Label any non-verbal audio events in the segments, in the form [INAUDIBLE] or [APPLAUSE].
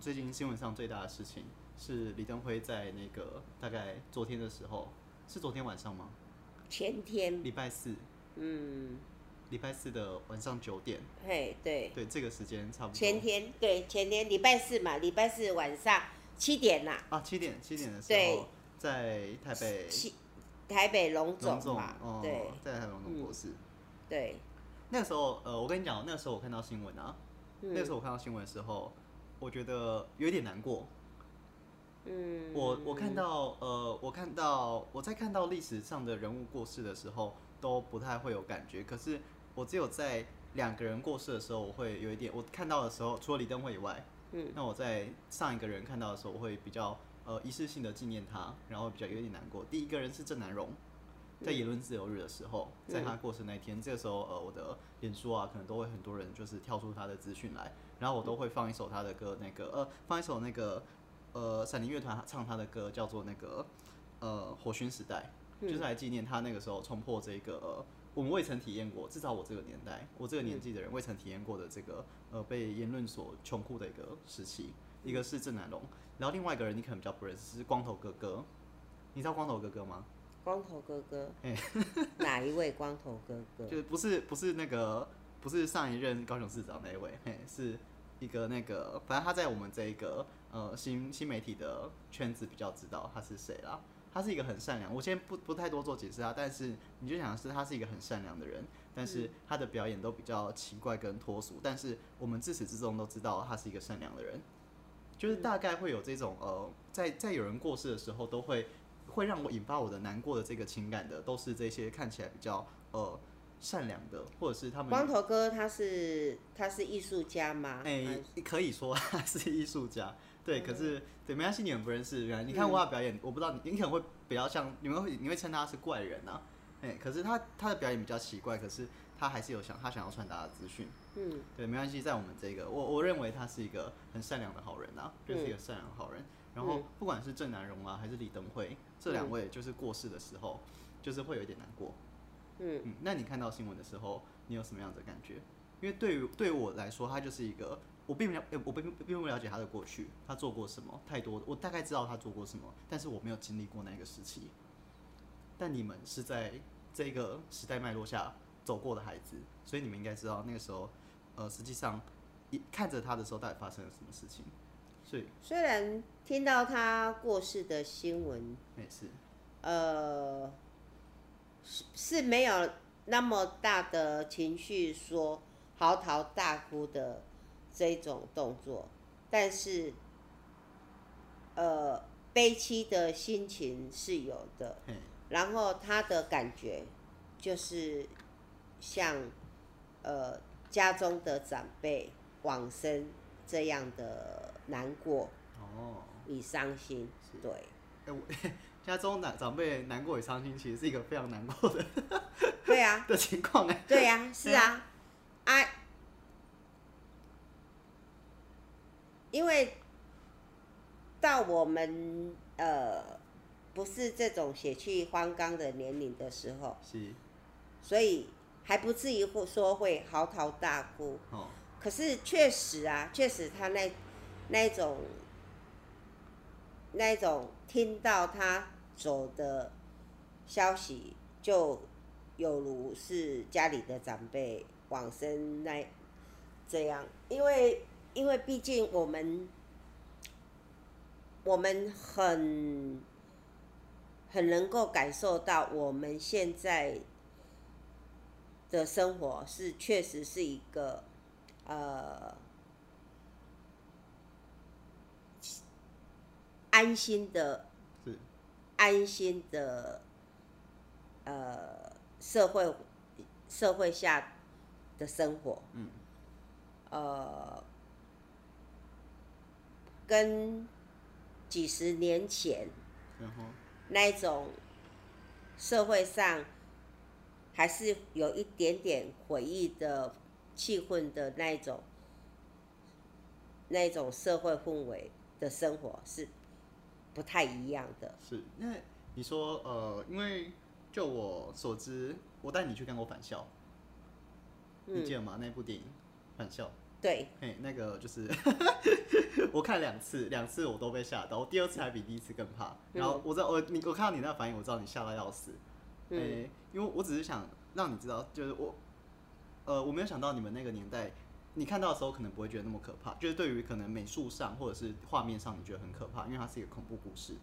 最近新闻上最大的事情是李登辉在那个大概昨天的时候，是昨天晚上吗？前天，礼拜四，嗯，礼拜四的晚上九点，嘿，对，对，这个时间差不多。前天对前天礼拜四嘛，礼拜四晚上七点啦，啊，七点七点的时对候，在台北七台北龙龙总总嘛，哦，对在台北龙总博士。对，那时候，呃，我跟你讲，那时候我看到新闻啊，那时嗯候我看到新闻的时候，我觉得有点难过。嗯，我我看到，呃，我看到我在看到历史上的人物过世的时候，都不太会有感觉。可是我只有在两个人过世的时候，我会有一点，我看到的时候，除了李登辉以外，嗯，那我在上一个人看到的时候，我会比较呃仪式性的纪念他，然后比较有点难过。第一个人是郑南荣，在嗯言论自由日的时候，在他过世那一天，这个时候呃我的脸书啊，可能都会很多人就是跳出他的资讯来，然后我都会放一首他的歌，那个呃放一首那个呃闪灵乐团唱他的歌，叫做那个呃火星时代，就是来纪念他那个时候冲破这个。呃我们未曾体验过，至少我这个年代，我这个年纪的人未曾体验过的这个呃被言论所穷酷的一个时期。一个是郑南龙，然后另外一个人你可能比较不认识，是光头哥哥。你知道光头哥哥吗？光头哥哥嘿， [LAUGHS] 哪一位光头哥哥？就是不是不是那个不是上一任高雄市长那一位，嘿，是一个那个，反正他在我们这一个呃新新媒体的圈子比较知道他是谁啦。他是一个很善良，我先不不太多做解释啊，但是你就想是他是一个很善良的人，但是他的表演都比较奇怪跟脱俗，但是我们自始至终都知道他是一个善良的人，就是大概会有这种呃，在在有人过世的时候，都会会让我引发我的难过的这个情感的，都是这些看起来比较呃善良的，或者是他们光头哥他是他是艺术家吗？哎、可以说他是艺术家，对，可是对，没关系，你们不认识，原来你看嗯过他表演，我不知道你，你可能会比较像，你们会你会称他是怪人啊，哎、可是他他的表演比较奇怪，可是他还是有想他想要传达的资讯，嗯，对，没关系，在我们这个，我我认为他是一个很善良的好人啊，就是一个善良的好人。然后不管是郑南荣啊，还是李登辉，这两位就是过世的时候，就是会有一点难过。嗯嗯，那你看到新闻的时候，你有什么样的感觉？因为对于对于我来说，他就是一个我并不了，呃我并并不了解他的过去，他做过什么太多，我大概知道他做过什么，但是我没有经历过那个时期。但你们是在这个时代脉络下走过的孩子，所以你们应该知道那个时候，呃，实际上一看着他的时候，到底发生了什么事情。所以虽然听到他过世的新闻，没事，呃，是是没有那么大的情绪说嚎啕大哭的这种动作，但是，呃，悲戚的心情是有的，嘿，然后他的感觉就是像呃家中的长辈往生这样的难过哦，与伤心，对。哎、我家中长长辈难过与伤心，其实是一个非常难过的 [LAUGHS] 对啊，的情况哎、对啊，是啊，啊，因为到我们呃不是这种血气方刚的年龄的时候， [LAUGHS] 是，所以还不至于会说会嚎啕大哭。哦，可是确实啊，确实他那那一种那一种听到他走的消息，就有如是家里的长辈往生那这样，因为因为毕竟我们我们很很能够感受到我们现在的生活是确实是一个呃安心的是，安心的呃社会社会下的生活，嗯，呃，跟几十年前然后那一种社会上还是有一点点回忆的气氛的那一种那一种社会氛围的生活是不太一样的。是，那你说呃，因为就我所知，我带你去看过《返校》，你记得吗？那部电影《返校》嗯对，嘿，那个就是我看两次，两次我都被吓到，我第二次还比第一次更怕。嗯然后我知道我你我看到你那反应，我知道你吓到要死。哎、嗯，因为我只是想让你知道，就是我，呃，我没有想到你们那个年代，你看到的时候可能不会觉得那么可怕，就是对于可能美术上或者是画面上你觉得很可怕，因为它是一个恐怖故事。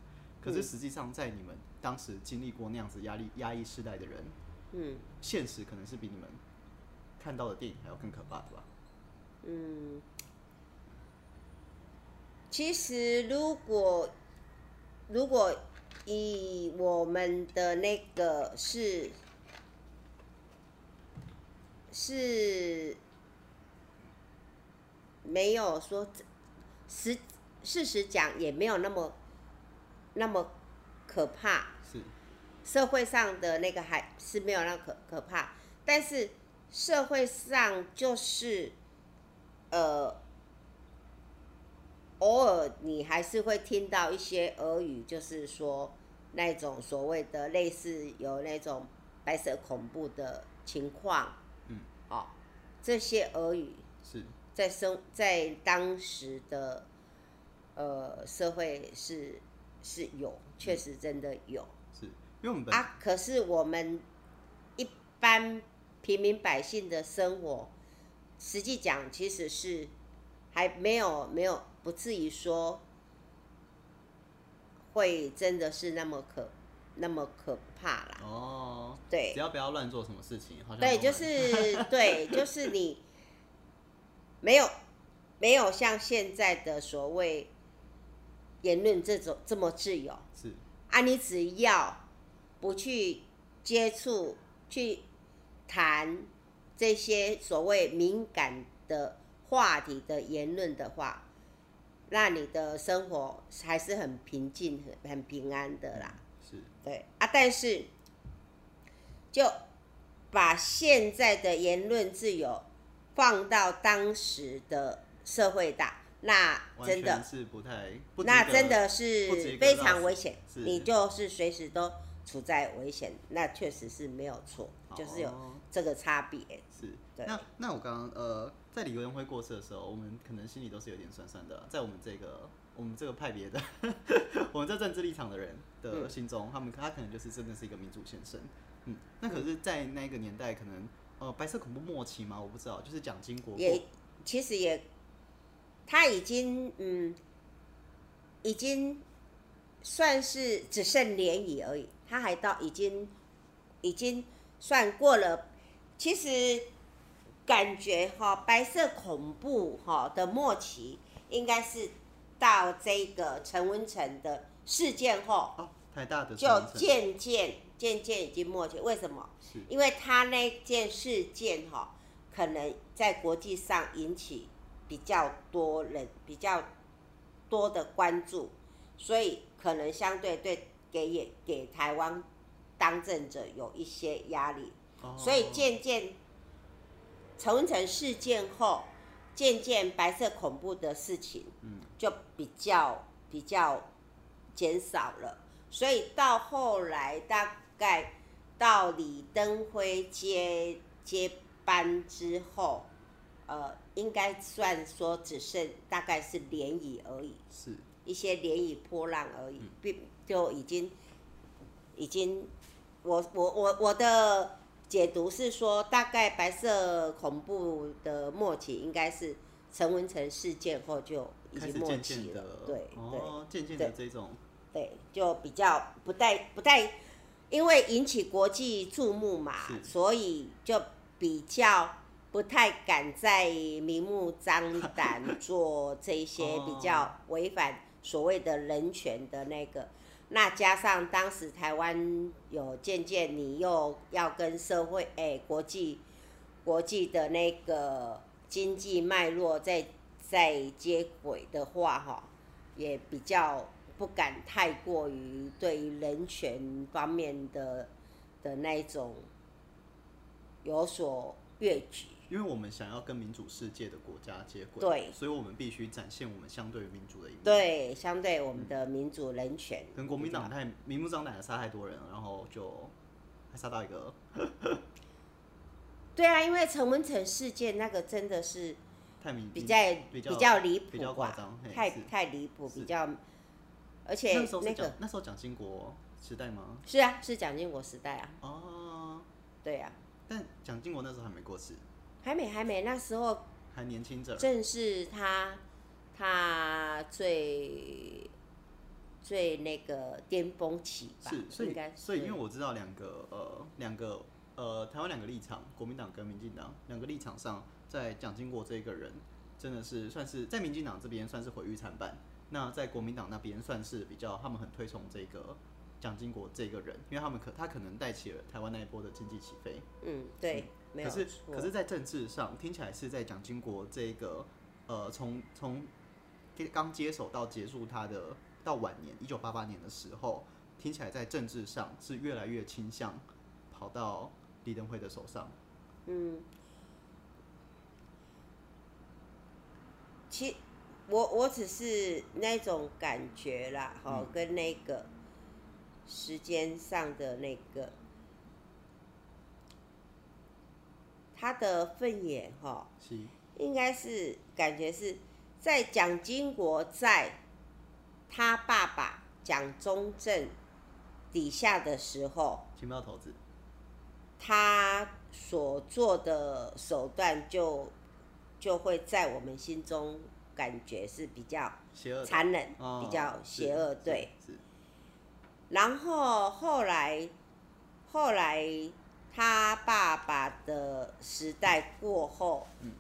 可嗯是实际上，在你们当时经历过那样子压力压抑时代的人，嗯现实可能是比你们看到的电影还要更可怕的吧？嗯。其实如果如果以我们的那个是是没有说实事实讲也没有那么那么可怕，是，社会上的那个还是没有那可可怕，但是社会上就是，呃，偶尔你还是会听到一些俄语，就是说那种所谓的类似有那种白色恐怖的情况，嗯，哦，这些俄语是，在生在当时的呃社会是是有，确实真的有。是，因为我们本、啊，可是我们一般平民百姓的生活，实际讲其实是还没有没有不至于说会真的是那么可那么可怕啦。哦，对只要不要乱做什么事情，好像对，都就蛮是 [LAUGHS] 对，就是你没有没有像现在的所谓言论这种这么自由。是啊，你只要不去接触、去谈这些所谓敏感的话题的言论的话，那你的生活还是很平静、很很平安的啦。是，对啊，但是就把现在的言论自由放到当时的社会大，那完真的全是不太，不那值得真的不值得是非常危险，是你就是随时都处在危险，那确实是没有错，就是有哦这个差别。是，对那那我刚刚呃，在李文辉过世的时候，我们可能心里都是有点酸酸的啊，在我们这个我们这个派别的， [LAUGHS] 我们这政治立场的人的心中，他们他可能就是真的是一个民主先生，嗯，那可是，在那个年代，可能呃白色恐怖末期嘛，我不知道，就是蒋经国也过其实也，他已经嗯，已经算是只剩涟漪而已，他还到已经已经算过了。其实感觉哈、白色恐怖哈、的末期，应该是到这个陈文成的事件后，哦，台大的就陈文成渐渐渐渐已经末期。为什么？是因为他那件事件哈、可能在国际上引起比较多人比较多的关注，所以可能相对对给也给台湾当政者有一些压力，哦所以渐渐陈文成事件后，渐渐白色恐怖的事情嗯就比较比较减少了，所以到后来大概到李登辉接接班之后，呃，应该算说只剩大概是涟漪而已，是一些涟漪波浪而嗯已，并就已经已经，我我我我的解读是说，大概白色恐怖的末期应该是陈文成事件后就已开经始末渐期渐了的，对对。哦，渐渐的这种对，就比较不太不太，因为引起国际注目嘛，是所以就比较不太敢在明目张胆做这些比较违反所谓的人权的那个。那加上当时台湾有渐渐你又要跟社会哎、国际国际的那个经济脉络在在接轨的话，哈，也比较不敢太过于对于人权方面的的那一种有所越举。因为我们想要跟民主世界的国家接轨，对所以我们必须展现我们相对于民主的一面。，对，相对我们的民主人权，跟国民党太明目张胆的杀太多人了，然后就还杀到一个对啊，因为陈文成事件那个真的是太明比较比较比较离比较谱夸吧张，哦嘿太是太离谱，是比较，而且那时候是那蒋个那时候蒋经国时代吗？是啊，是蒋经国时代啊，哦，对啊，但蒋经国那时候还没过世，还没还没那时候还年轻着。正是他他最最那个巅峰期吧，是，所应以该所以因为是我知道两个呃两个呃台湾两个立场，国民党跟民进党两个立场上，在蒋经国这个人真的是算是在民进党这边算是毁誉参半，那在国民党那边算是比较他们很推崇这个蒋经国这个人，因为他们可他可能带起了台湾那一波的经济起飞。嗯对，没有可是错可是在政治上听起来是在蒋经国这个呃从从刚接手到结束他的到晚年一九八八年的时候，听起来在政治上是越来越倾向跑到李登辉的手上。嗯其我我只是那种感觉啦，哈、嗯跟那个时间上的那个他的分野哈，是应该是感觉是在蒋经国在他爸爸蒋中正底下的时候，情报投资，他所做的手段就就会在我们心中感觉是比较邪恶的残忍、哦比较是邪恶，是对。是然后后来后来他爸爸的时代过后，嗯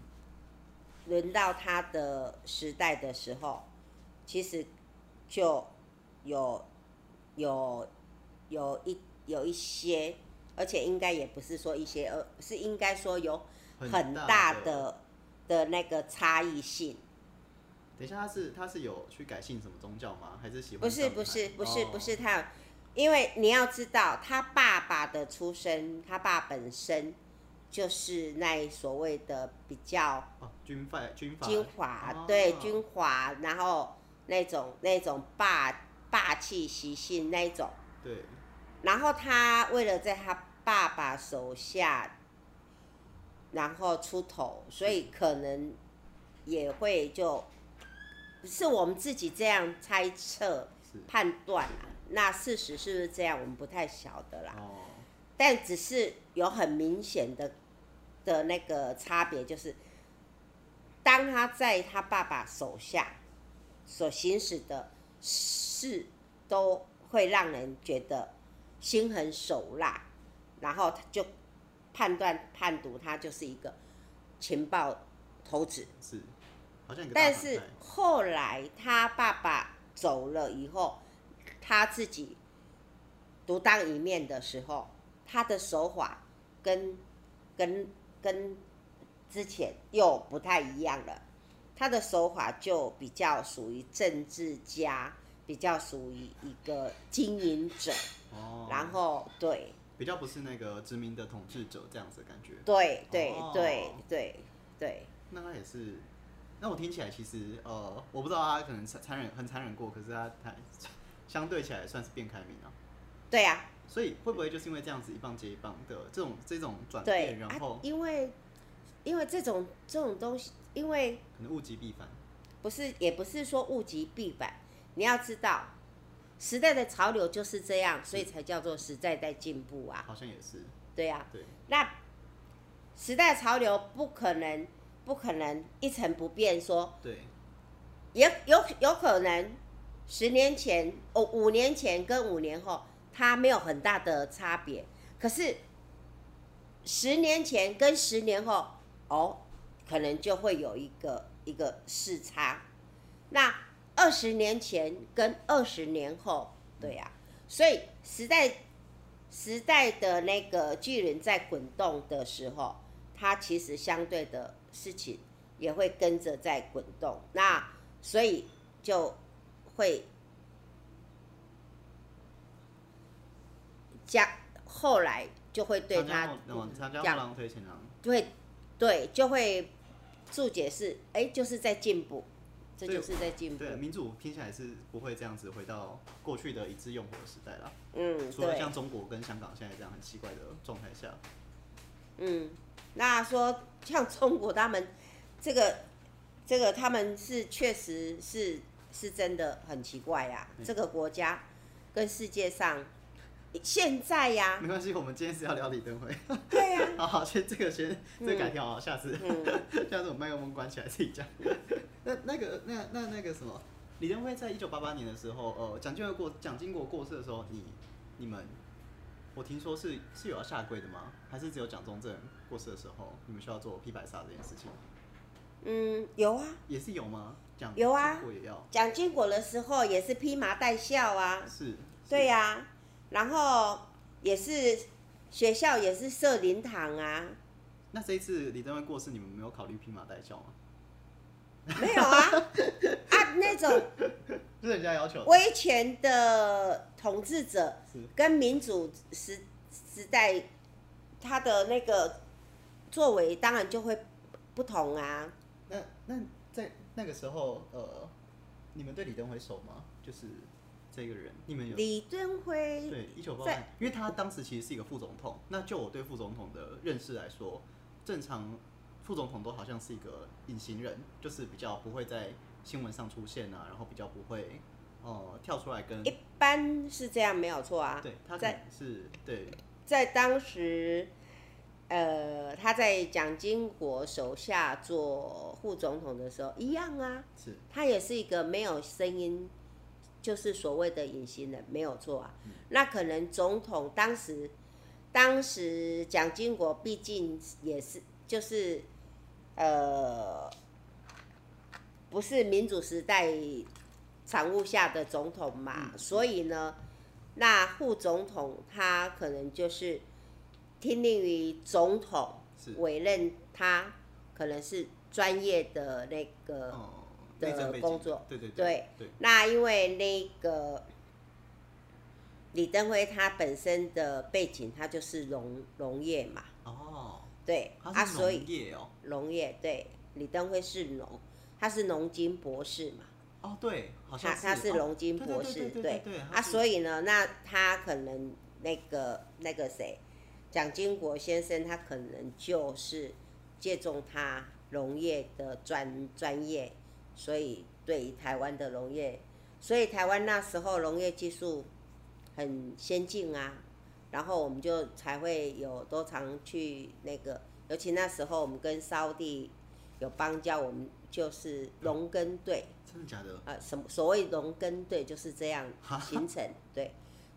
轮到他的时代的时候，其实就有有有一有一些，而且应该也不是说一些，而是应该说有很大大的。的的那个差异性。等一下，他是他是有去改信什么宗教吗？还是喜欢不是上不是台不是哦不是他有，因为你要知道，他爸爸的出身，他爸本身就是那所谓的比较哦，军法军法军哦华，对军华，然后那种那种霸霸气习性那种，对然后他为了在他爸爸手下，然后出头，所以嗯可能也会就，是我们自己这样猜测是判断啦。那事实是不是这样，我们不太晓得啦。哦，但只是有很明显的的那个差别，就是当他在他爸爸手下所行使的事，都会让人觉得心狠手辣，然后他就判断判读他就是一个情报头子。是好像一个大但反是派后来他爸爸走了以后，他自己独当一面的时候，他的手法跟跟跟之前又不太一样了。他的手法就比较属于政治家，比较属于一个经营者，哦，然后对比较不是那个殖民的统治者这样子的感觉。对对哦对对对，那他也是，那我听起来其实呃，我不知道他可能残残忍很残忍过，可是他他相对起来算是变开明啊。对啊，所以会不会就是因为这样子一棒接一棒的这种这种转对变，啊然后，因为因为这种这种东西，因为可能物极必反？不是，也不是说物极必反。你要知道，时代的潮流就是这样，所以才叫做时代在进步啊。好像也是，对啊，对，那时代潮流不可能，不可能一成不变说对，也有有可能十年前哦，五年前跟五年后，它没有很大的差别。可是十年前跟十年后，哦，可能就会有一个一个视差。那二十年前跟二十年后，对呀、所以时代时代的那个巨人在滚动的时候，它其实相对的事情也会跟着在滚动。那所以就会加，后来就会对他长江后嗯嗯长江讲后浪推前浪，就会对就会注解是哎、就是在进步，这对就是在进步。对，民主听起来是不会这样子回到过去的一致用火的时代啦。嗯，除了对像，中国跟香港现在这样很奇怪的状态下，嗯，那说像中国他们这个这个他们是确实是是真的很奇怪呀、这个国家跟世界上现在 [LAUGHS] 呀、没关系，我们今天是要聊李登 [LAUGHS] 辉。对呀、好好，先这个先这个改掉啊，下次 [LAUGHS] 嗯，下次我麦克风关起来自己 [LAUGHS] 讲。那那个那那那个什么，李登辉在一九八八年的时候，呃，蒋经国过蒋经国过世的时候，你你们，我听说是是有要下跪的吗？还是只有蒋中正过世的时候，你们需要做披白纱这件事情？嗯，有啊，也是有吗？蒋有啊我也要蒋经国的时候也是披麻戴孝啊，是，对呀、然后也是学校也是设灵 [LAUGHS] 堂啊，那这一次李登辉过世，你们没有考虑披麻戴孝吗？没有啊啊那种这是人家要求的，威权的统治者是跟民主时时代，他的那个作为当然就会不同啊。那那在那个时候，呃，你们对李登辉熟吗？就是这个人，你们有李登辉，对一九八八在，因为他当时其实是一个副总统。那就我对副总统的认识来说，正常副总统都好像是一个隐形人，就是比较不会在新闻上出现啊，然后比较不会呃跳出来跟一般是这样没有错啊。对他可在能是对在当时，呃，他在蒋经国手下做副总统的时候一样啊，是他也是一个没有声音，就是所谓的隐形人，没有错啊。那可能总统当时，当时蒋经国毕竟也是就是，呃，不是民主时代产物下的总统嘛，嗯所以呢，那副总统他可能就是听令于总统是委任他，可能是专业的那个。哦的内政背景工作对对对那因为那个李登辉他本身的背景，他就是农农业嘛，哦，对啊，他是所以农业哦农业对李登辉是农，他是农经博士嘛，哦对，好他像他是哦农经博对士对对对对啊，所以以呢，那他可能那个那个谁，蒋经国先生，他可能就是借重他农业的专专业，所以对于台湾的农业，所以台湾那时候农业技术很先进啊，然后我们就才会有都常去那个，尤其那时候我们跟沙地有邦交，我们就是农耕队。真的假的？呃，什么所谓农耕队就是这样形成。对，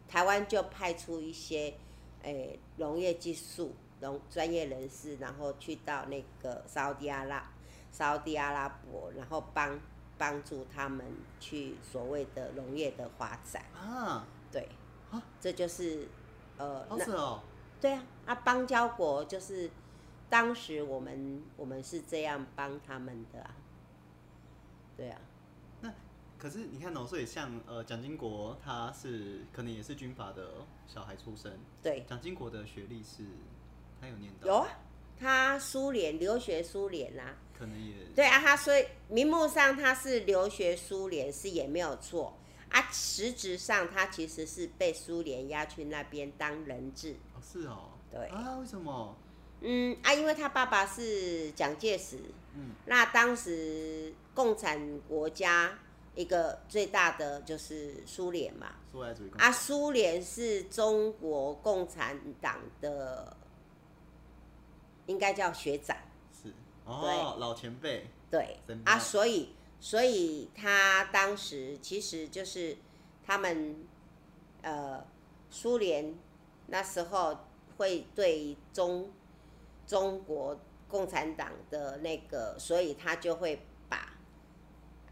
台湾就派出一些诶农业技术农专业人士，然后去到那个沙特阿拉沙特阿拉伯，然后帮帮助他们去所谓的农业的发展。啊，对啊，这就是呃，好那扯哦，对啊，啊邦交国就是当时我们我们是这样帮他们的啊，对啊。可是你看哦，所以像呃蒋经国他是可能也是军阀的小孩出身，对，蒋经国的学历是他有念到，有啊，他苏联留学苏联啊，可能也对啊，他所以名目上他是留学苏联是也没有错啊，实质上他其实是被苏联押去那边当人质。哦是哦，对啊为什么？嗯啊，因为他爸爸是蒋介石，嗯，那当时共产国家一个最大的就是苏联嘛，苏维埃主义共啊，苏联是中国共产党的应该叫学长。是哦老前辈，对真棒啊，所以所以他当时其实就是他们呃苏联那时候会对中中国共产党的那个，所以他就会把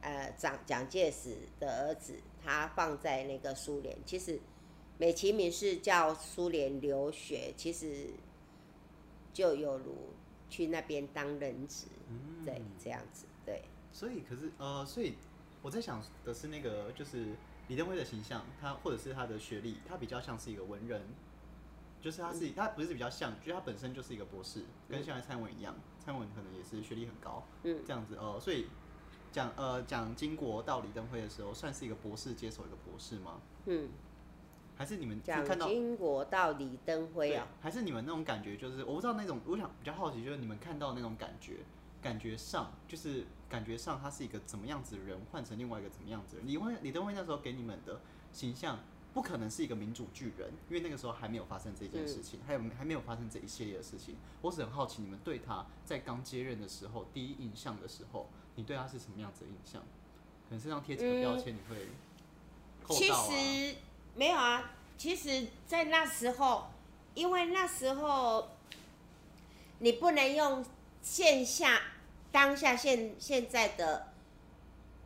呃蒋蒋介石的儿子他放在那个苏联，其实美其名是叫苏联留学，其实就有如去那边当人质。嗯对，这样子，对，所以可是呃所以我在想的是那个呃就是李登辉的形象，他或者是他的学历，他比较像是一个文人。就是他嗯是他不是比较像，就是他本身就是一个博士，跟现在蔡英文一样，蔡英文可能也是学历很高，嗯，这样子哦，呃所以讲呃讲经国到李登辉的时候，算是一个博士接手一个博士吗？嗯，还是你们是蒋看到经国到李登辉对啊，，还是你们那种感觉就是我不知道那种，我想比较好奇就是你们看到那种感觉，感觉上就是感觉上他是一个怎么样子的人，换成另外一个怎么样子的人。李登李登辉那时候给你们的形象，不可能是一个民主巨人，因为那个时候还没有发生这件事情，还有嗯还没有发生这一系列的事情。我只很好奇，你们对他在刚接任的时候，第一印象的时候，你对他是什么样子的印象？可能身上贴几个标签，你会扣其到啊？实没有啊，其实，在那时候，因为那时候你不能用线下当下现现在的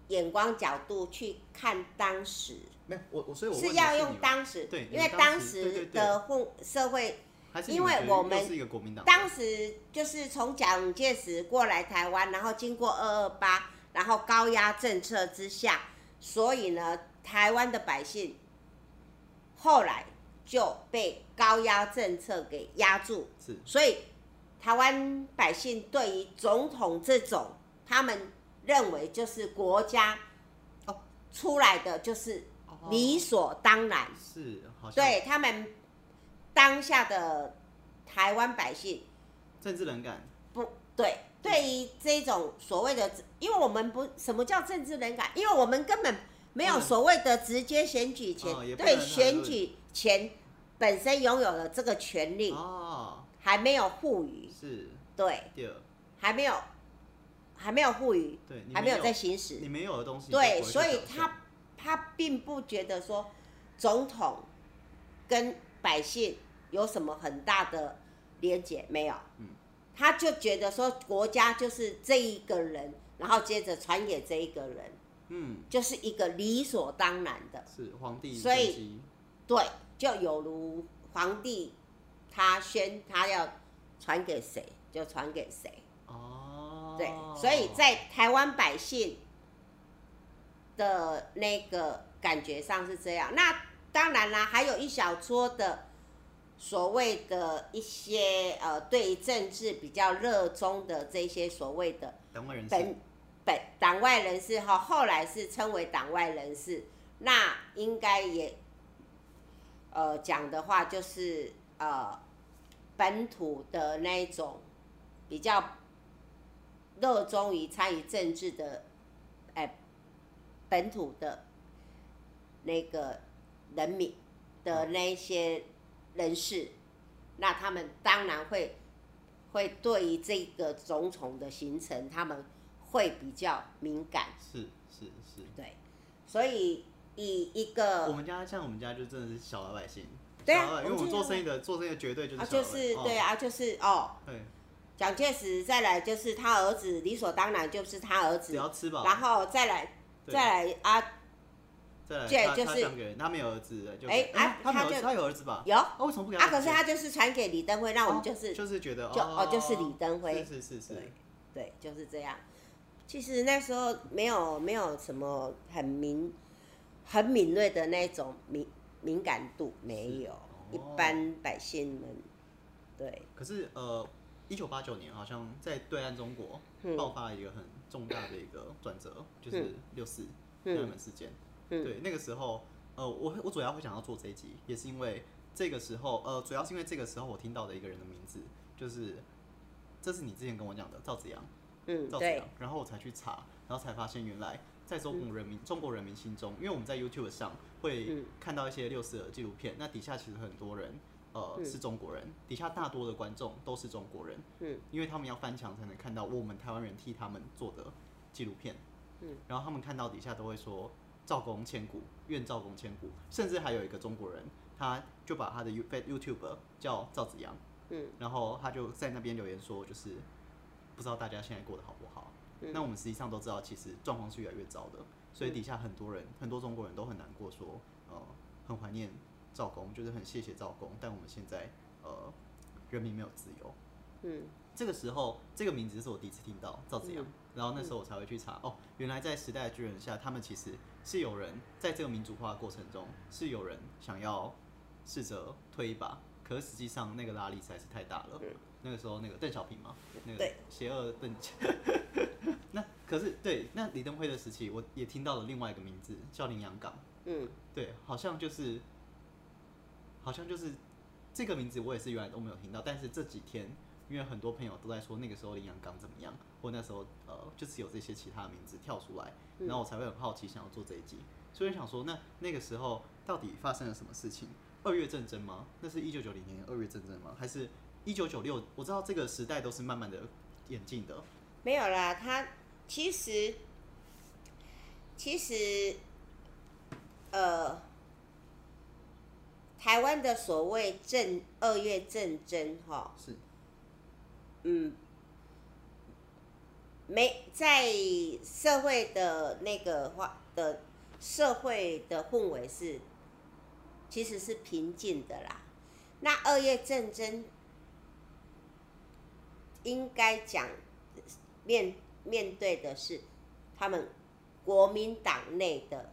眼光角度去看当时，没有，我我所以我问的是要是用你们当时，对因为你们当当时对对对时的混社会，还是你因为觉得我又们是一个国民党的当时就是从蒋介石过来台湾，然后经过二二八，然后高压政策之下，所以呢，台湾的百姓后来就被高压政策给压住，是所以台湾百姓对于总统这种，他们认为就是国家哦出来的就是哦理所当然。是好像对他们当下的台湾百姓政治冷感，不嗯对，对于这种所谓的，因为我们不什么叫政治冷感，因为我们根本没有嗯所谓的直接选举权，哦也不对能选论举权本身拥有了这个权利，哦，还没有赋予，是对，第二，还没有，还没有赋予，对，你还没有在行使，你没有的东西，对，所以他他并不觉得说总统跟百姓有什么很大的连结，没有，嗯他就觉得说国家就是这一个人，然后接着传给这一个人，嗯就是一个理所当然的，是皇帝，所以对，就有如皇帝他宣他要传给谁就传给谁，哦，对，所以在台湾百姓的那个感觉上是这样。那当然啦，还有一小撮的所谓的一些呃，对于政治比较热衷的这些所谓的党外人士本本党外人士哈，后来是称为党外人士，那应该也呃讲的话就是呃本土的那一种比较热衷于参与政治的，哎、本土的那个人民的那一些人士，那他们当然会会对于这个种种的形成，他们会比较敏感，是是是，对，所以以一我个们家像我们家就真的是小老百姓，呃对啊小老百因为我我们们就做是生意的做生意的绝对就是啊，小老就百是哦对啊，就是哦，对，蒋介石再来就是他儿子，理所当然就是他儿只子，要吃饱，然后再来啊对再来啊，再来对他就他是想给人，他没有儿子，就哎给啊他没有他儿就子，他有儿子吧？有啊，啊，为什么不给他？可是他就是传给李登辉，那我们就是、哦就是觉得就哦就是李登辉是是是是对，对，就是这样。其实那时候没有没有什么很敏很敏锐的那种敏敏感度，没有，一哦般百姓们对，可是呃，一九八九年好像在对岸中国嗯爆发了一个很重大的一个转折，就是六四天安嗯门事件。嗯对，那个时候呃，我会我主要会想要做这一集，也是因为这个时候呃，主要是因为这个时候我听到的一个人的名字，就是这是你之前跟我讲的赵子阳，嗯，赵子阳对，，然后我才去查，然后才发现原来在中国人民、中国人民心中，因为我们在 YouTube 上会嗯看到一些六四的纪录片，那底下其实很多人呃、嗯是中国人，底下大多的观众都是中国人，嗯，因为他们要翻墙才能看到我们台湾人替他们做的纪录片，嗯，然后他们看到底下都会说赵公千古，愿赵公千古，甚至还有一个中国人，他就把他的 You YouTube 叫赵子阳。嗯然后他就在那边留言说，就是不知道大家现在过得好不好。嗯那我们实际上都知道，其实状况是越来越糟的，所以底下很多人，很多中国人都很难过说，呃，很怀念赵公，就是很谢谢赵公，但我们现在呃，人民没有自由。嗯这个时候，这个名字是我第一次听到赵子阳，嗯然后那时候我才会去查、哦，原来在时代的巨人下，他们其实是有人在这个民主化的过程中，是有人想要试着推一把，可是实际上那个拉力实在是太大了。嗯那个时候那个邓小平嘛，那个对邪恶邓， [LAUGHS] 那可是对，那李登辉的时期，我也听到了另外一个名字叫林洋港，嗯对，好像就是，好像就是这个名字我也是原来都没有听到，但是这几天因为很多朋友都在说那个时候林阳刚怎么样，或那时候呃，就是有这些其他的名字跳出来，然后我才会很好奇想要做这一集，所以想说那那个时候到底发生了什么事情？二月战争吗？那是一九九零年二月战争吗？还是一九九六？我知道这个时代都是慢慢的演进的，没有啦，他其实其实呃，台湾的所谓政二月政争哈，是嗯，没在社会的那个话的社会的氛围是其实是平静的啦。那二月战争应该讲面面对的是他们国民党内的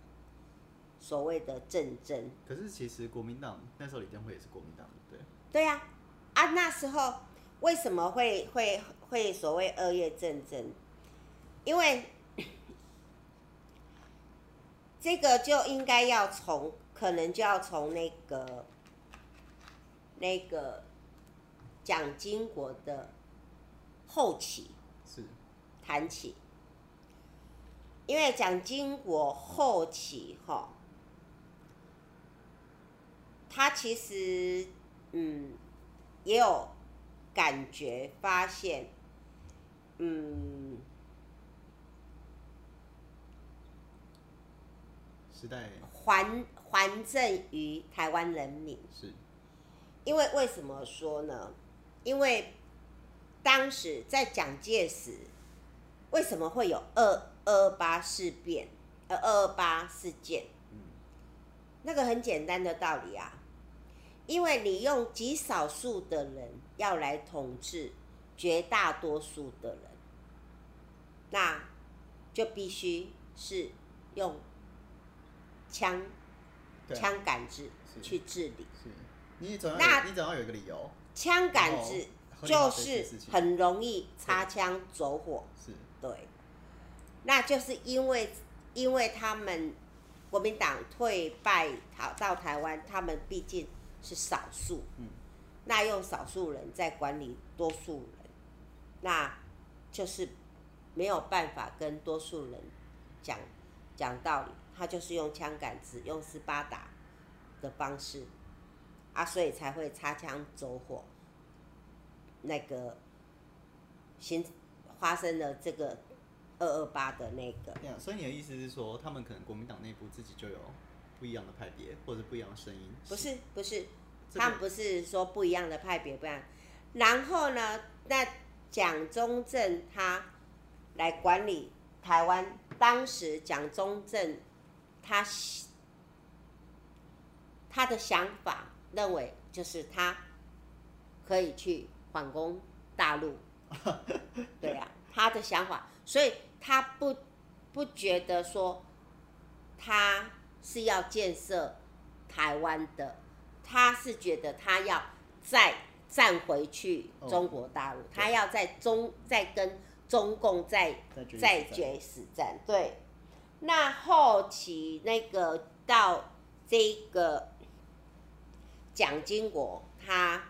所谓的战争。可是其实国民党那时候李登辉也是国民党，对不对，对呀、啊，那时候为什么会会会所谓二月战争？因为这个就应该要从，可能就要从那个那个蒋经国的后期是谈起，因为蒋经国后期哈，他其实嗯也有感觉发现，嗯时代还还政于台湾人民，是因为为什么说呢？因为当时在蒋介石为什么会有二二八事变，呃二二八事件？嗯那个很简单的道理啊，因为你用极少数的人要来统治绝大多数的人，那就必须是用枪对啊枪杆子是去治理。是，你总要那有你总要有一个理由枪杆然后子合理就化这件是事情很容易擦枪走火，是对，那就是因为因为他们国民党退败逃到台湾，他们毕竟是少数，嗯，那用少数人在管理多数人，那就是没有办法跟多数人讲讲道理，他就是用枪杆子、用斯巴达的方式啊，所以才会擦枪走火，那个形发生了这个二二八的那个这样。所以你的意思是说，他们可能国民党内部自己就有不一样的派别，或者不一样的声音？不是不是，这他个们不是说不一样的派别不一样，然后呢，那蒋中正他来管理台湾，当时蒋中正他喜他的想法认为就是他可以去反攻大陆，对啊啊呀、他的想法，所以他不不觉得说他是要建设台湾的，他是觉得他要再站回去哦中国大陆，对他要在中再跟中共再在决一死战再决死战。对，那后期那个到这个蒋经国他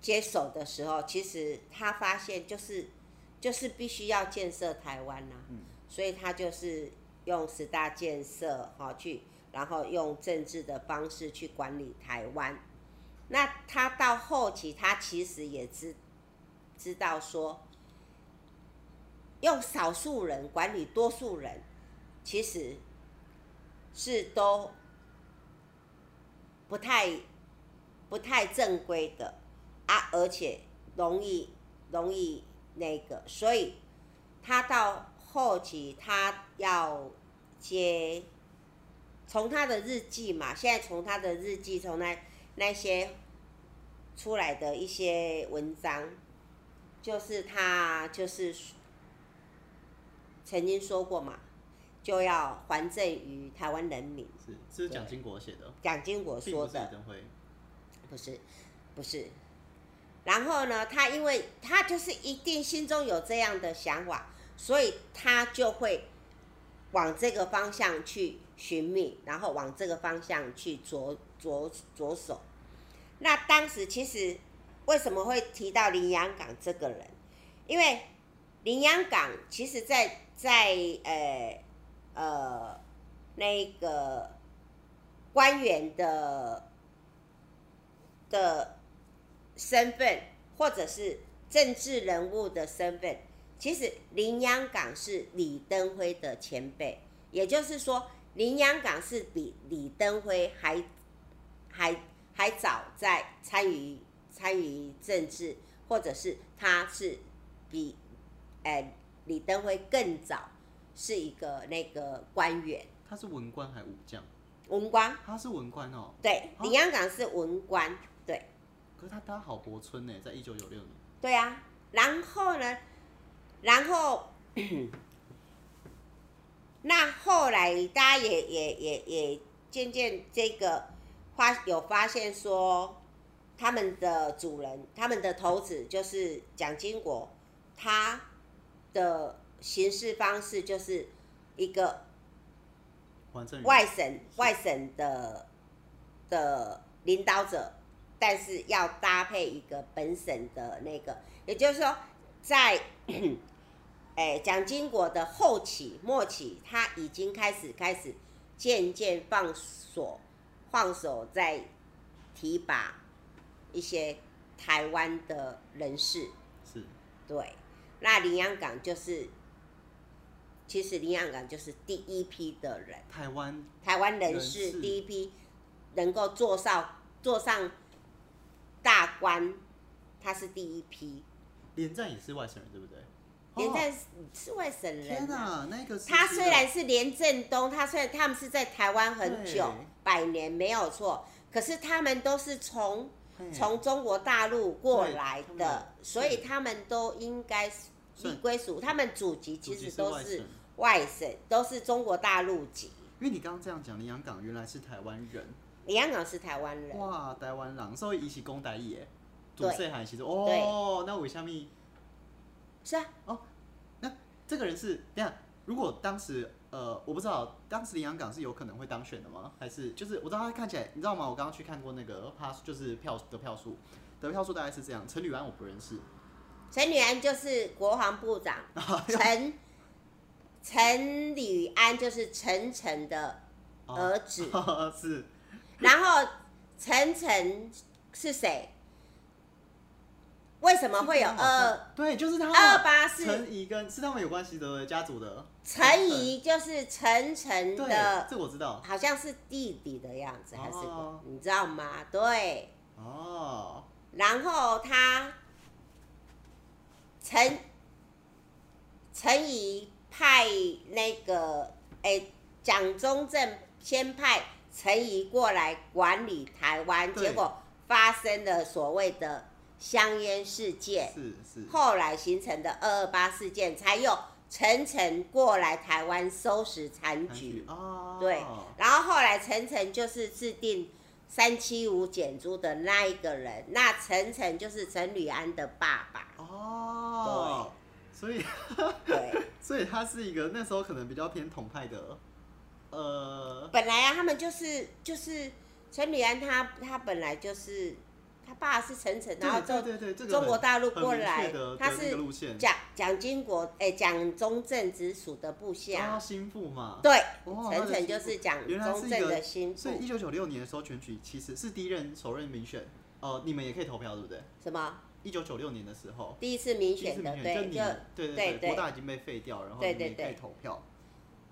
接手的时候，其实他发现就是就是必须要建设台湾啊呐、嗯所以他就是用十大建设哈、哦去，然后用政治的方式去管理台湾。那他到后期，他其实也知知道说，用少数人管理多数人，其实是都不太不太正规的啊，而且容易容易那个，所以他到后期他要接，从他的日记嘛，现在从他的日记，从那那些出来的一些文章，就是他就是曾经说过嘛，就要还政于台湾人民，是，这是蒋经国写的，蒋经国并不说是的李。登辉。不是，不是。然后呢，他因为他就是一定心中有这样的想法，所以他就会往这个方向去寻觅，然后往这个方向去着着着手。那当时其实为什么会提到林洋港这个人？因为林洋港其实在在呃呃那个官员的的身份，或者是政治人物的身份，其实林洋港是李登辉的前辈，也就是说，林洋港是比李登辉还还还早在参与参与政治，或者是他是比哎李登辉更早是一个那个官员他是文官还武将？文官，他是文官哦，对，啊林洋港是文官，对。可是他搭郝柏村呢，在一九九六年。对啊，然后呢，然后 [COUGHS] 那后来大家也也也也渐渐这个发有发现说，他们的主人，他们的头子就是蒋经国，他的行事方式就是一个完正外省外省的的领导者，但是要搭配一个本省的那个，也就是说在，哎蒋经国的后期末期，他已经开始开始渐渐放手放手在提拔一些台湾的人士，是对，那林洋港就是。其实林洋港就是第一批的人，台湾台湾人人士士第一批能够坐上坐上大官，他是第一批，连战也是外省人，对不对？连哦、战是是外省天人啊、哪、那个时期的他虽然是廉政东，他虽然他们是在台湾很久对，百年没有错，可是他们都是从嘿从中国大陆过对来他们的，所以他们都应该是算归属，他们祖籍其祖籍实是都外是省外省，都是中国大陆籍。因为你刚刚这样讲，林洋港原来是台湾人，李安港是台湾人，哇，台湾人，所以伊是讲台语的，对主细汉时候哦，那为什么是啊，这个人是这样？如果当时呃，我不知道当时林洋港是有可能会当选的吗？还是就是我知道他看起来，你知道吗？我刚刚去看过那个他就是票得票数，得票数大概是这样。陈履安我不认识，陈履安就是国防部长，哎 [LAUGHS] 陈陈履安就是陈诚的啊儿子，是然后陈诚是谁？为什么会有二？ [LAUGHS] 对，就是他二八四陈怡跟是他们有关系的家族的陈怡就是陈诚对的，，这我知道好像是弟弟的样子，还是、哦你知道吗？对，哦，然后他陈陈仪派那个诶蒋中正先派陈仪过来管理台湾，对结果发生了所谓的香烟事件，是是后来形成的二二八事件，才有陈诚过来台湾收拾残韩局剧。哦，对，然后后来陈诚就是制定三七五减租的那一个人，那陈诚就是陈履安的爸爸，哦，所以 [LAUGHS] 对，所以他是一个那时候可能比较偏统派的，呃，本来啊，他们就是就是陈履安他他本来就是他爸是陈诚，然后对就对对，这个中国很大陆很过明来确的，他的那是个路线，蒋蒋经国哎蒋中正直属的部然后下，心腹哦嘛，对，哇哦他陈的诚心就腹是蒋原来中是一正个的心所以腹，一九九六年的时候选举其实是第一任首任民选，哦，你们也可以投票对不对？什么一九九六年的时候，第一次民哦第一选次的民选对你就们对对对对国大已经被废掉，然后对你对们也可以对投票。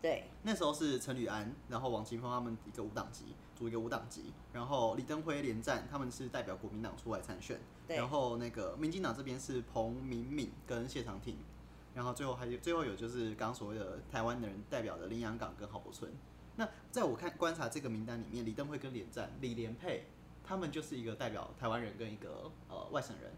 对那时候是陈履安，然后王清峰他们一个无党籍组一个无党籍，然后李登辉连战他们是代表国民党出来参选，对然后那个民进党这边是彭明敏跟谢长廷，然后最后还有最后有就是刚刚所谓的台湾的人代表的林洋港跟郝柏村。那在我看观察这个名单里面，李登辉跟连战、李连佩他们就是一个代表台湾人跟一个呃外省人，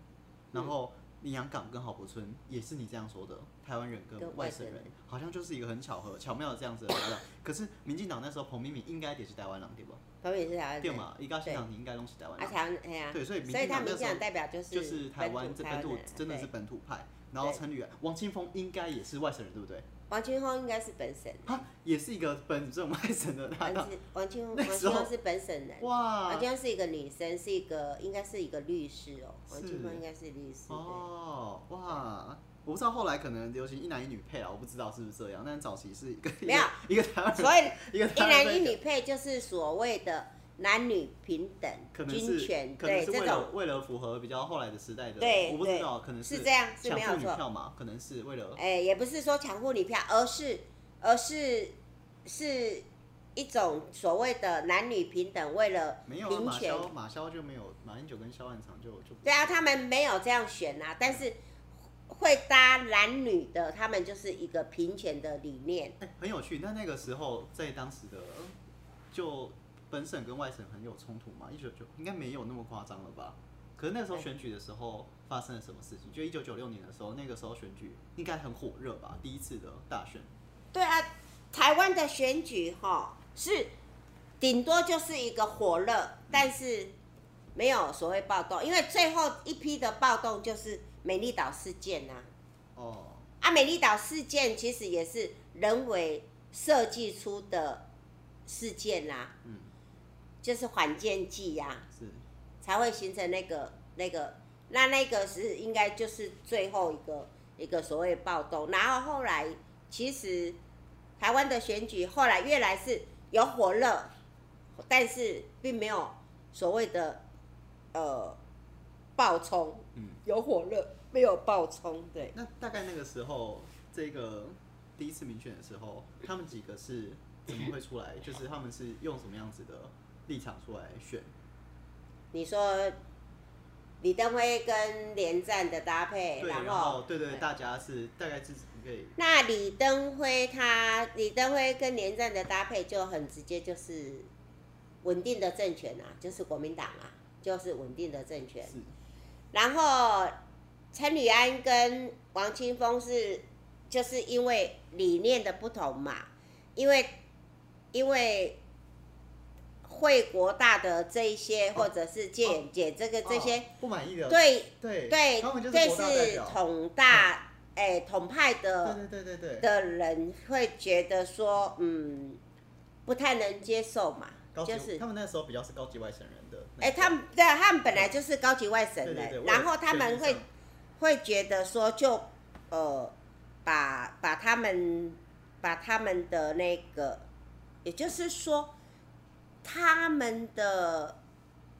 然后林洋港跟郝柏村也是你这样说的台湾人跟跟外外省省人人，好像就是一个很巧合、巧妙的这样子的搭档。可是民进党那时候彭明敏应该也是台湾人对吧？他们也是台湾呃对人。嘛，一到现场你应该都是台湾啊，人。台湾哎呀，对所以民进所以他党那民进时党候代表就是就是台本湾土这台本湾土人真的对是本土派，然后对陈履安、王清峰应该也是外省人，对不对？王清峰应该是本 [LAUGHS] 省人，啊，也是一个本这种外省的搭王 [LAUGHS] 档，清王清峰那王时清候峰是本省人，哇王，清峰是一个女生，是一个应该是一个律师哦，是王清峰应该是律师，对，哦，哇。我不知道后来可能流行一男一女配啊，我不知道是不是这样。但早期是一个 [LAUGHS] 没有一个台湾人， [LAUGHS] 所以一个一台湾男人一女配就是所谓的男女平等可、能均是权，可能对是这为种了为了符合比较后来的时代的，对我不对知道，可能是这样是抢没有妇女错票嘛，可能是为了哎、也不是说强迫你票，而是而是是一种所谓的男女平等，为了没有啊，平马权。萧马萧就没有，马英九跟萧万长就就不对啊，他们没有这样选啊，但是会搭男女的，他们就是一个平权的理念。哎很有趣。那那个时候在当时的就本省跟外省很有冲突嘛，一九九应该没有那么夸张了吧？可是那时候哎选举的时候发生了什么事情？就一九九六年的时候，那个时候选举应该很火热吧？第一次的大选，对啊，台湾的选举哈是顶多就是一个火热，但是没有所谓暴动，因为最后一批的暴动就是美丽岛事件呐、啊。哦，啊，美丽岛事件其实也是人为设计出的事件啦、嗯，就是缓建剂啊呀、是才会形成那个那个，那那个是应该就是最后一个一个所谓暴动，然后后来其实台湾的选举后来越来是有火热，但是并没有所谓的呃暴冲，嗯。有火热没有暴冲，对。那大概那个时候，这个第一次民选的时候，他们几个是怎么会出来？就是他们是用什么样子的立场出来选？你说李登辉跟连战的搭配，对，然后后对对，大家是大概是可以那李登辉他李登辉跟连战的搭配就很直接，就是稳定的政权啊，就是国民党啊，就是稳定的政权。是然后陈履安跟王清峰是就是因为理念的不同嘛，因为因为惠国大的这一些，或者是戒严解这个这些。哦不满意的，对对对他们就，对是国大代是表，嗯统大哎统派的对对对对对，的人会觉得说，嗯，不太能接受嘛，高级就是他们那时候比较是高级外省人的那种，哎，他们对啊，他们本来就是高级外省对对人，对，然后他我有们印会象会觉得说就呃把把他们把他们的那个，也就是说他们的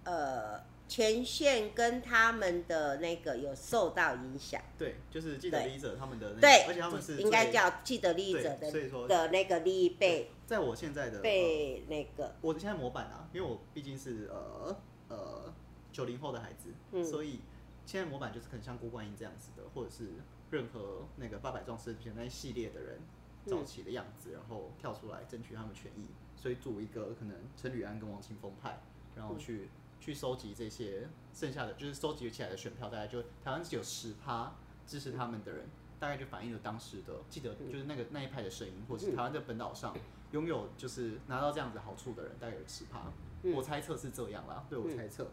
呃权限跟他们的那个有受到影响。对，就是记得对 l 者他们的那个对，而且他们是应该最叫既得利益对者所的以说的那个利益被在我现在的呃被那个我现在模板啊，因为我毕竟是呃呃九零后的孩子，嗯所以现在模板就是很像郭冠英这样子的，或者是任何那个八百壮士片那一系列的人嗯早期的样子，然后跳出来争取他们权益，所以组一个可能陈履安跟王清峰派，然后嗯去、去收集这些剩下的，就是收集起来的选票，大概就台湾只有十趴支持他们的人。大概就反映了当时的，记嗯得就是那个那一派的声音，或者是台湾在本岛上拥有就是拿到这样子好处的人，大概有十趴。嗯我猜测是这样啦，对我嗯猜测。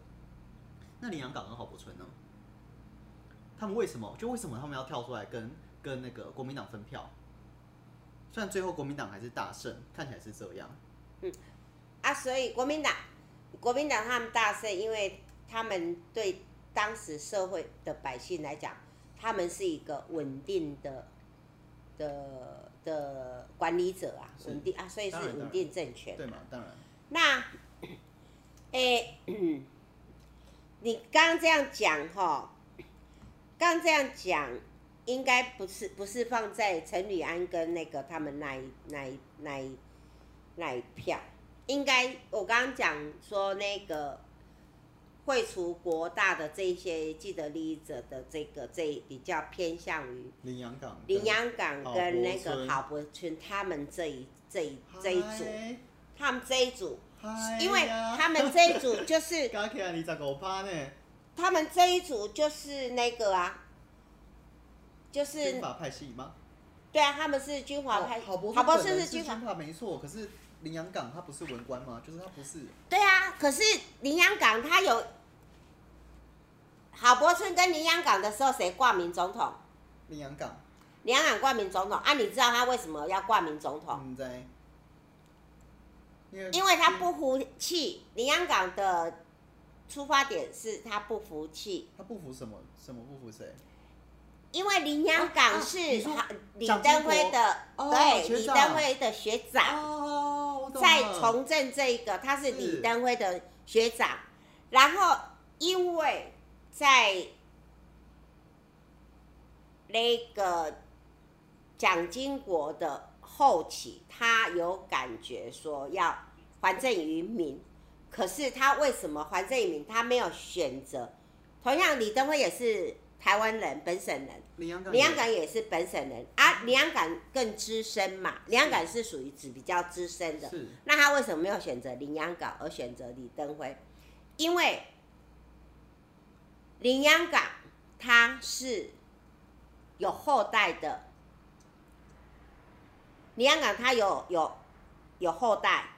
那林洋港跟郝柏村呢？他们为什么？就为什么他们要跳出来跟跟那个国民党分票？虽然最后国民党还是大胜，看起来是这样。啊，所以国民党国民党他们大胜，因为他们对当时社会的百姓来讲，他们是一个稳定的的的管理者啊，是稳定啊，所以是当然当稳然定政权、啊，对嘛？当然，那，诶、你刚刚这样讲哈，刚刚这样讲，应该不是不是放在陈履安跟那个他们那一那一那一那一票，应该我刚刚讲说那个会除国大的这一些既得利益者的这个这比较偏向于林洋港跟、林洋港郝跟柏那个村郝柏村他们这一这一这一组，他们这一组。嗨，因为他们这这一组就是 [LAUGHS] 刚起来你咋狗趴呢？他们这一组就是那个啊，就是军阀派系吗？对啊，他们是军华派，郝柏郝柏村本村人是是军华，阀没错，可是林洋港他不是文官吗？就是他不是对啊。可是林洋港他有郝柏村跟林洋港的时候，谁挂名总统？林洋港，两岸冠名总统啊，你知道他为什么要冠名总统？嗯，在，因为哦因为他不服气，林洋港的出发点是他不服气，他不服什么，什么不服谁？因为林洋港啊啊你是说哈李蒋登经辉国的，哦对，学李长登辉的学长，哦，我懂在了从政这一个，他是李是登辉的学长，然后因为在那个蒋经国的后期，他有感觉说要还政于民，可是他为什么还政于民？他没有选择。同样，李登辉也是台湾人，本省人。林洋港林也，洋港也是本省人啊，林洋港更资深嘛，林洋港是属于指比较资深的。是那他为什么没有选择林洋港，而选择李登辉？因为林洋港他是有后代的，林洋港他有有有后代，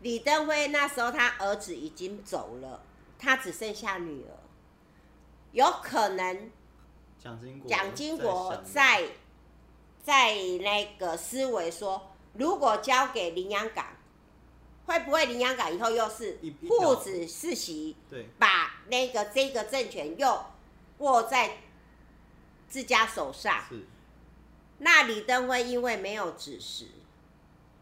李登辉那时候他儿子已经走了，他只剩下女儿，有可能蒋经国，蒋经国在在在那个思维说，如果交给林洋港，会不会林洋港以后又是一一条父子世袭，想对把那个这个政权又握在自家手上？是那李登辉因为没有指示，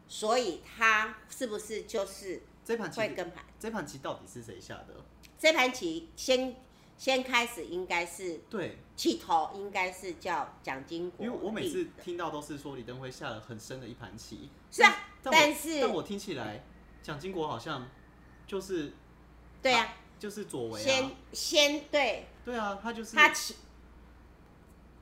所以他是不是就是这盘会棋，跟盘？这盘棋到底是谁下的？这盘棋先先开始应该是对，起头，应该是叫蒋经国因为我每立次的听到都是说李登辉下了很深的一盘棋，是啊，但但我是但我听起来蒋经国好像就是对啊，就是左为先啊，先对对啊，他就是他启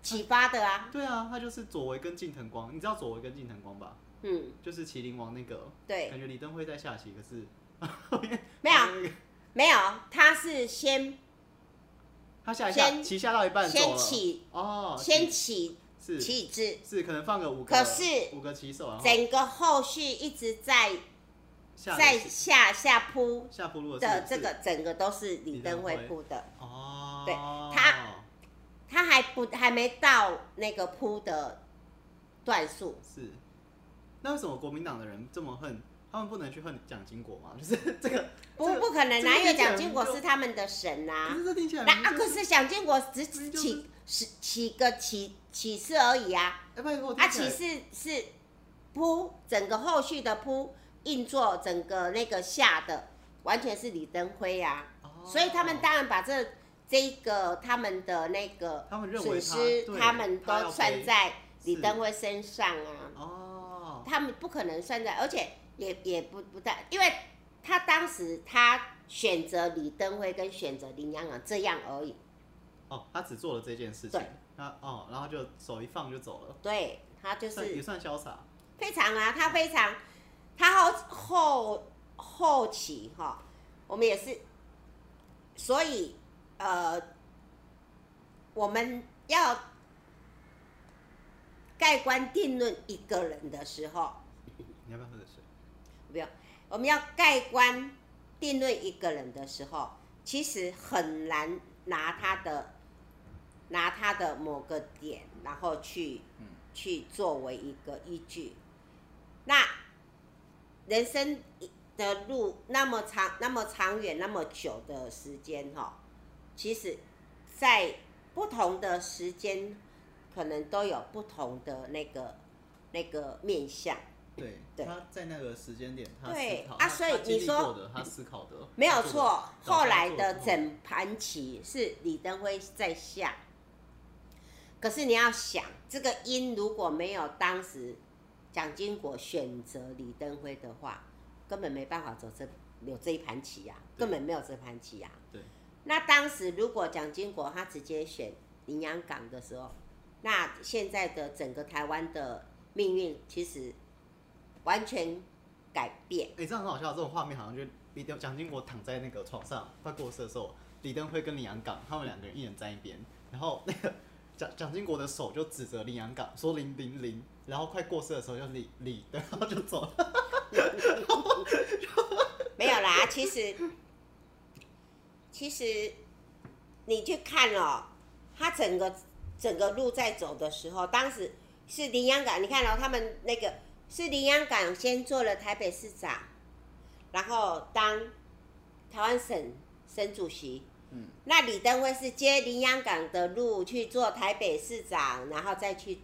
启发的啊，对啊，他就是左为跟近藤光，你知道左为跟近藤光吧？嗯，就是麒麟王那个，对，感觉李登辉在下棋，可是没哎有没有，他是先他下一下先棋下到一半走先了起哦，先起是起之，是可能放个五个，可是五个棋手，然后整个后续一直在下在棋下下铺下铺路的是这个是整个都是李李登登辉辉铺的，哦，对他他还不还没到那个铺的段数，是。那为什么国民党的人这么恨？他们不能去恨蒋经国吗？ [LAUGHS] 就是这个，不不可能这啊，个因为听起来蒋经国就是他们的神啊。可是这听起来那啊，明明可就是蒋经国只只就是起是起个起起事而已啊，哎，拜托，啊听起来起事是铺整个后续的铺运作，整个那个下的完全是李登辉啊，哦所以他们当然把这这个他们的那个他们认为损他失，对他们他要都算背在李是登辉身上啊，哦，他们不可能算在，而且也也不不大，因为他当时他选择李登辉跟选择林洋港这样而已。哦，他只做了这件事情对，他哦，然后就手一放就走了，对他就算也是算潇洒，非常啊，他非常，他后后后期哈，我们也是，所以呃，我们要盖棺定论一个人的时候，你要不要喝点水？不要，我们要盖棺定论一个人的时候，其实很难拿他的拿他的某个点，然后去嗯去作为一个依据。那人生的路那么长、那么长远、那么久的时间哈、其实，在不同的时间，可能都有不同的那个那个面向。对，对他在那个时间点，他对思考，啊他所以他经历你说过的，他思考的，没有他做的错，后来早的上做整盘棋是李登辉在下。可是你要想，这个因如果没有当时蒋经国选择李登辉的话，根本没办法走这有这一盘棋呀、对根本没有这盘棋呀、对，那当时如果蒋经国他直接选林洋港的时候，那现在的整个台湾的命运其实完全改变。哎、这样很好笑，这种画面好像就李登蒋经国躺在那个床上快过世的时候，李登辉跟林洋港他们两个人一人站一边，然后那个蒋蒋经国的手就指着林洋港说零零零，然后快过世的时候就李李，然后就走了。 [LAUGHS] 没有啦，其实其实你去看哦，他整个整个路在走的时候，当时是林洋港，你看哦，他们那个是林洋港先做了台北市长，然后当台湾省省主席。 [LAUGHS] 嗯，那李登辉是接林洋港的路去做台北市长，然后再去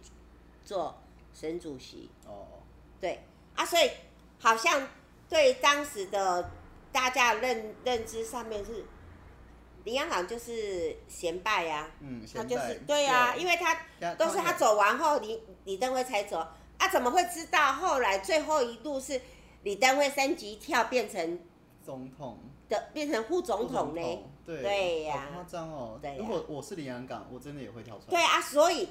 做省主席。哦，对啊，所以好像对当时的大家的认认知上面是，林洋港就是贤败呀、嗯，他现就是在对啊，因为他他都是他走完后，李李登辉才走啊，怎么会知道后来最后一路是李登辉三级跳变成总统。的变成副总统呢？，对对呀好夸张哦对呀！如果我是林洋港，我真的也会跳船。对啊，所以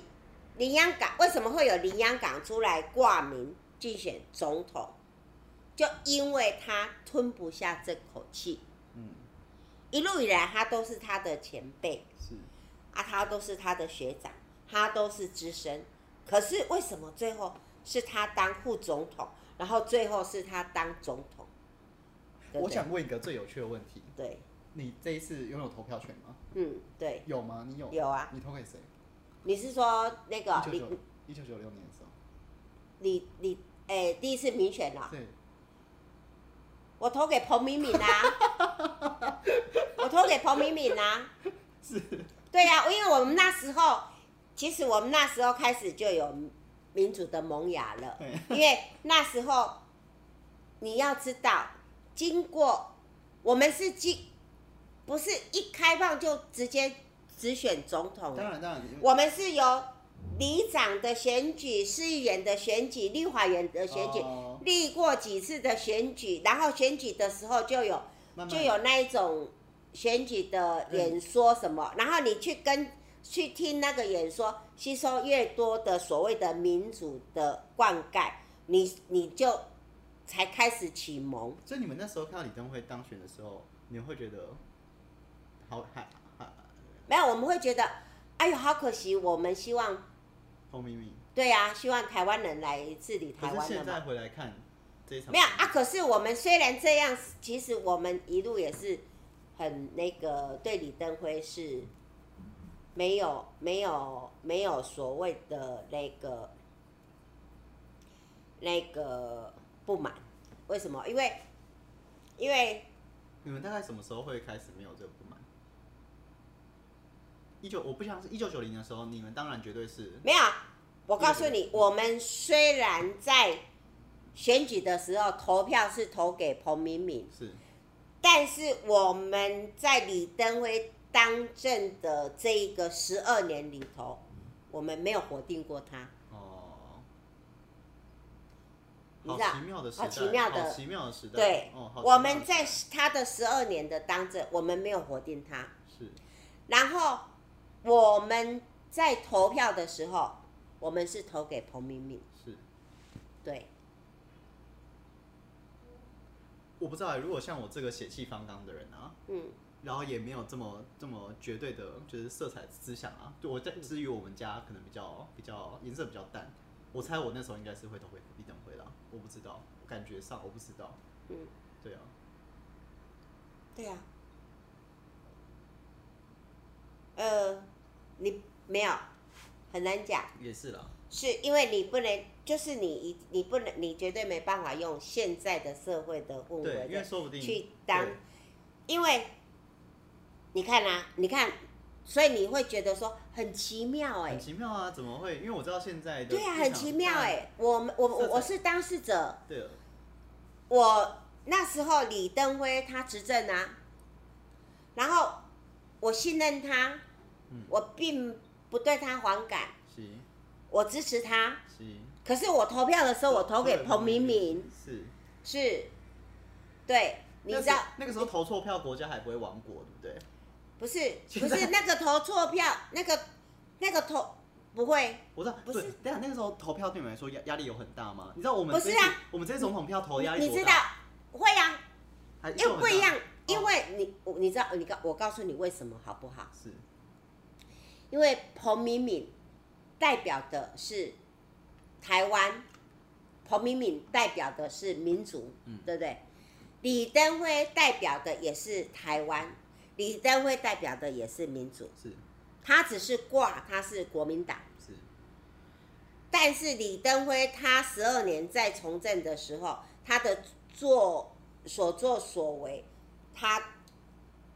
林洋港为什么会有林洋港出来挂名竞选总统？就因为他吞不下这口气，嗯，一路以来他都是他的前辈是啊，他都是他的学长，他都是资深。可是为什么最后是他当副总统，然后最后是他当总统？对不我对想问一个最有趣的问题：对，你这一次拥有投票权吗？嗯，对，有吗？你有？有啊。你投给谁？你是说那个一李九九一九九六年的时候，李李诶、第一次民选了、对，我投给彭敏敏啊， [LAUGHS] 我投给彭敏敏啊。是对呀、因为我们那时候，其实我们那时候开始就有民主的萌芽了，对因为那时候你要知道，经过我们是经不是一开放就直接直选总统当了，然当然，因为哦我们是由里长的选举、市议员的选举、立法员的选举，哦历过几次的选举，然后选举的时候就有慢慢就有那一种选举的演说什么，然后你去跟去听那个演说，吸收越多的所谓的民主的灌溉，你你就才开始启蒙。所以你们那时候看到李登辉当选的时候，你们会觉得好还还没有，我们会觉得，哎呦，好可惜，我们希望彭明敏，对啊，希望台湾人来治理可台是湾的现嘛在。回来看这一场没有啊，可是我们虽然这样，其实我们一路也是很那个对李登辉是没有没有没有所谓的那个那个不满，为什么？因为因为你们大概什么时候会开始没有这个不满？一九我不想是一九九零的时候，你们当然绝对是没有，我告诉你，我们虽然在选举的时候投票是投给彭明敏，是但是我们在李登辉当政的这一个十二年里头，我们没有否定过他，哦，你好知道奇妙的时代，好奇妙的好奇妙的时代，对哦，好奇妙的时代我们在他的十二年的当政，我们没有否定他。是然后我们在投票的时候，我们是投给彭明敏，是，对，我不知道欸，如果像我这个血气方刚的人啊，嗯，然后也没有这么这么绝对的，就是色彩思想啊。就我在嗯至于我们家可能比较比较颜色比较淡，我猜我那时候应该是会投给李登辉啦。我不知道，我感觉上我不知道。嗯，对啊，对啊，呃，你没有很难讲。也是啦。是因为你不能，就是你一你不能，你绝对没办法用现在的社会的氛对，围因为的，说不定去当对因为你看啊，你看，所以你会觉得说很奇妙哎、很奇妙啊，怎么会？因为我知道现在的对啊，市场很奇妙哎、我们我我色彩我是当事者，对了，我那时候李登辉他执政啊，然后我信任他，嗯我并不对他反感，是我支持他。是。可是我投票的时候，我投给彭明敏。是，是，对，你知道那时那个时候投错票，国家还不会亡国，对不对？不是 [LAUGHS] 不现在是那个投错票，那个那个投不会，我知道，不对是等一下那个时候投票对你们来说压压力有很大吗？你知道我们不这是一次啊，我们这些总统票投的压力你多知道大？会啊，还又不一样，因因为为你我你知道你告我告诉你为什么好不好？是因为彭敏敏代表的是台湾，彭敏敏代表的是民族，嗯对不对？李登辉代表的也是台湾，李登辉代表的也是民主，是他只是挂他是国民党。是但是李登辉他十二年在从政的时候，他的做所作所为，他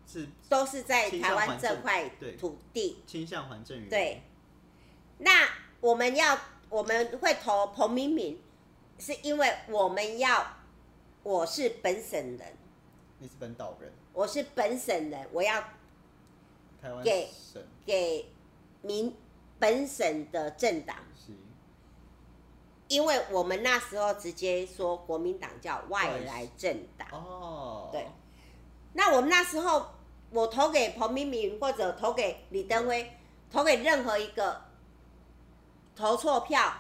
是都是在倾台向湾还这政块对土地。倾向还政于民对，那我们要我们会投彭明敏，是因为我们要我是本省人，你是本岛人，我是本省人，我要台湾给省给民本省的政党。是因为我们那时候直接说国民党叫外外来政党，哦，对那我们那时候我投给彭明敏或者投给李登辉，投给任何一个投错票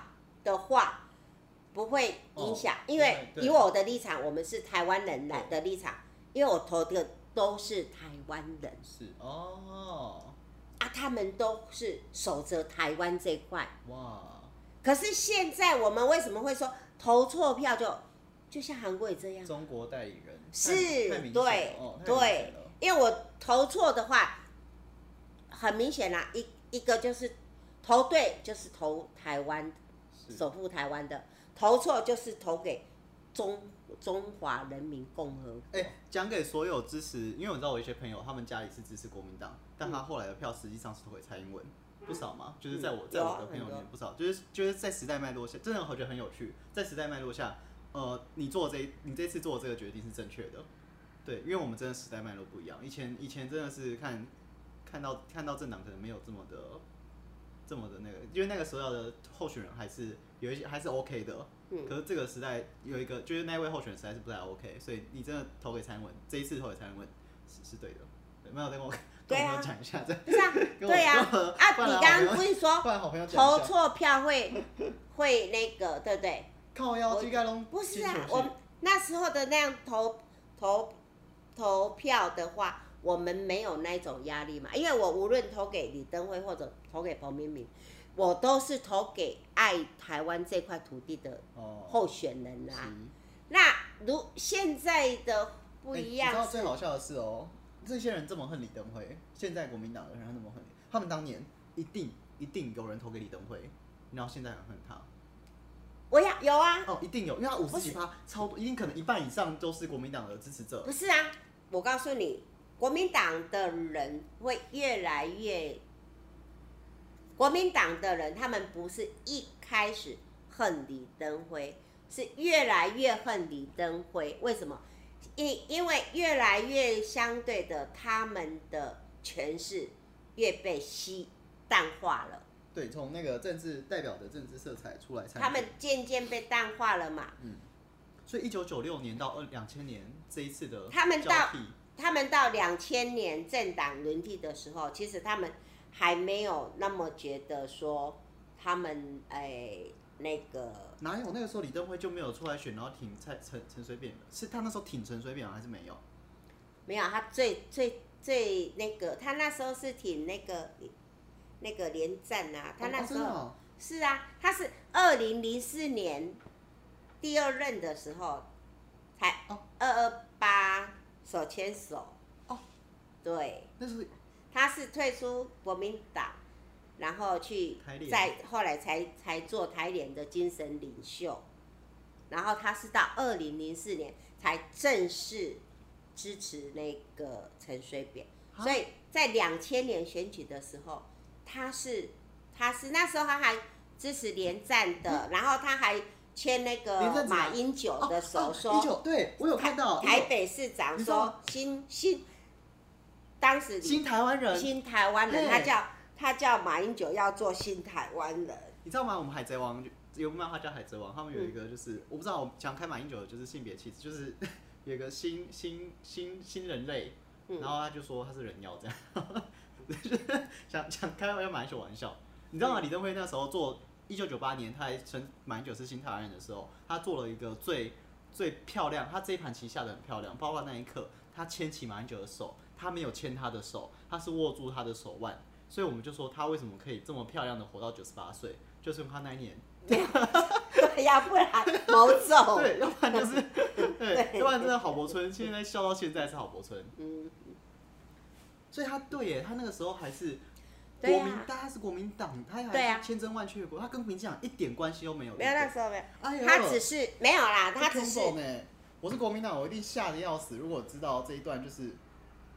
的话，不会影响，哦因为不会对以我的立场，我们是台湾人来的立场，因为我投的都是台湾人是哦，啊，他们都是守着台湾这块。哇，可是现在我们为什么会说投错票就就像韩国也这样？中国代理人是太太明显了对哦太对明显了因为我投错的话，很明显啦，一一个就是投对就是投台湾是守护台湾的，投错就是投给中中华人民共和国。哎，讲给所有支持，因为我知道我一些朋友，他们家里是支持国民党，但他后来的票实际上是投给蔡英文，不少嘛，就是在我嗯嗯在有啊我的朋友里面很多不少，就是就是在时代脉络下，真的我觉得很有趣，在时代脉络下，呃，你做这一你这次做的这个决定是正确的，对，因为我们真的时代脉络不一样，以前以前真的是看看到看到政党可能没有这么的这么的那个，因为那个时候的候选人还是有一些还是 OK 的，嗯可是这个时代有一个，就是那位候选人实在是不太 OK，所以你真的投给蔡英文，这一次投给蔡英文是是对的。对，没有，等 [LAUGHS] 我对跟啊我朋友讲一 [LAUGHS] 下，这不是 [LAUGHS] 啊，跟我对啊，跟我 [LAUGHS] 啊，不然你好刚朋刚友不是说不然好朋友讲投一下，错票会会那个，对不对？靠腰我膝盖拢不是进啊球，我那时候的那样投投投票的话，我们没有那种压力嘛，因为我无论投给李登辉或者投给彭明敏，我都是投给爱台湾这块土地的哦，候选人是啊。那如现在的不哎一你知样道是，最好笑的是哦，这些人这么恨李登辉，现在国民党的人他这么恨，他们当年一定一定有人投给李登辉，然后现在很恨他。我要有啊，哦，一定有，因为他五十几趴，超多，一定可能一半以上都是国民党的支持者不。是啊，我告诉你，国民党的人会越来越，国民党的人他们不是一开始恨李登辉，是越来越恨李登辉。为什么？因因为越来越相对的，他们的权势越被稀淡化了，对，从那个政治代表的政治色彩出来参与，嗯他们渐渐被淡化了嘛。所以一九九六年到二两千年这一次的他们交到替他们到两千年政党轮替的时候，其实他们还没有那么觉得说他们哎、那个哪有那个时候李登辉就没有出来选，然后挺蔡陈陈水扁的，是他那时候挺陈水扁吗还是没有？没有，他最最最那个，他那时候是挺那个那个连战啊，他那时哦真候、的哦是啊，他是二零零四年第二任的时候才哦二二八手牵手哦，对。那是他是退出国民党，然后去台联在后来才才做台联的精神领袖，然后他是到二零零四年才正式支持那个陈水扁，啊所以在两千年选举的时候，他是他是那时候他还支持连战的，然后他还牵那嗯连个战怎么马英九的手说，哦一九对我有看到台一九北市长你说说新新，当时新台湾人，新台湾人，嘿他叫他叫马英九要做新台湾人， [LAUGHS] 你知道吗？我们海贼王就有漫画叫海贼王，他们有一个就是、我不知道，我想开马英九的就是性别气质，就是有一个新新新新人类，嗯然后他就说他是人妖这样， [LAUGHS] 就是想想开玩笑马英九玩笑，你知道吗？李登辉那时候做一九九八年他还称马英九是新台湾人的时候，他做了一个最最漂亮，他这一盘棋下的很漂亮，包括那一刻他牵起马英九的手，他没有牵他的手，他是握住他的手腕。所以我们就说他为什么可以这么漂亮的活到九十八岁，就是因为他那一年，对呀，不然某种，对，要不然就是对，要不然真的郝柏村现在笑到现在是郝柏村，嗯，所以他对耶，他那个时候还是对国呀民，大家是国民党，他对还啊是千真万确的国，他跟民进党一点关系都没有。没有那时候没有，哎呦，他只是没有啦，他只不是中共欸我是国民党，我一定吓得要死。如果知道这一段就是，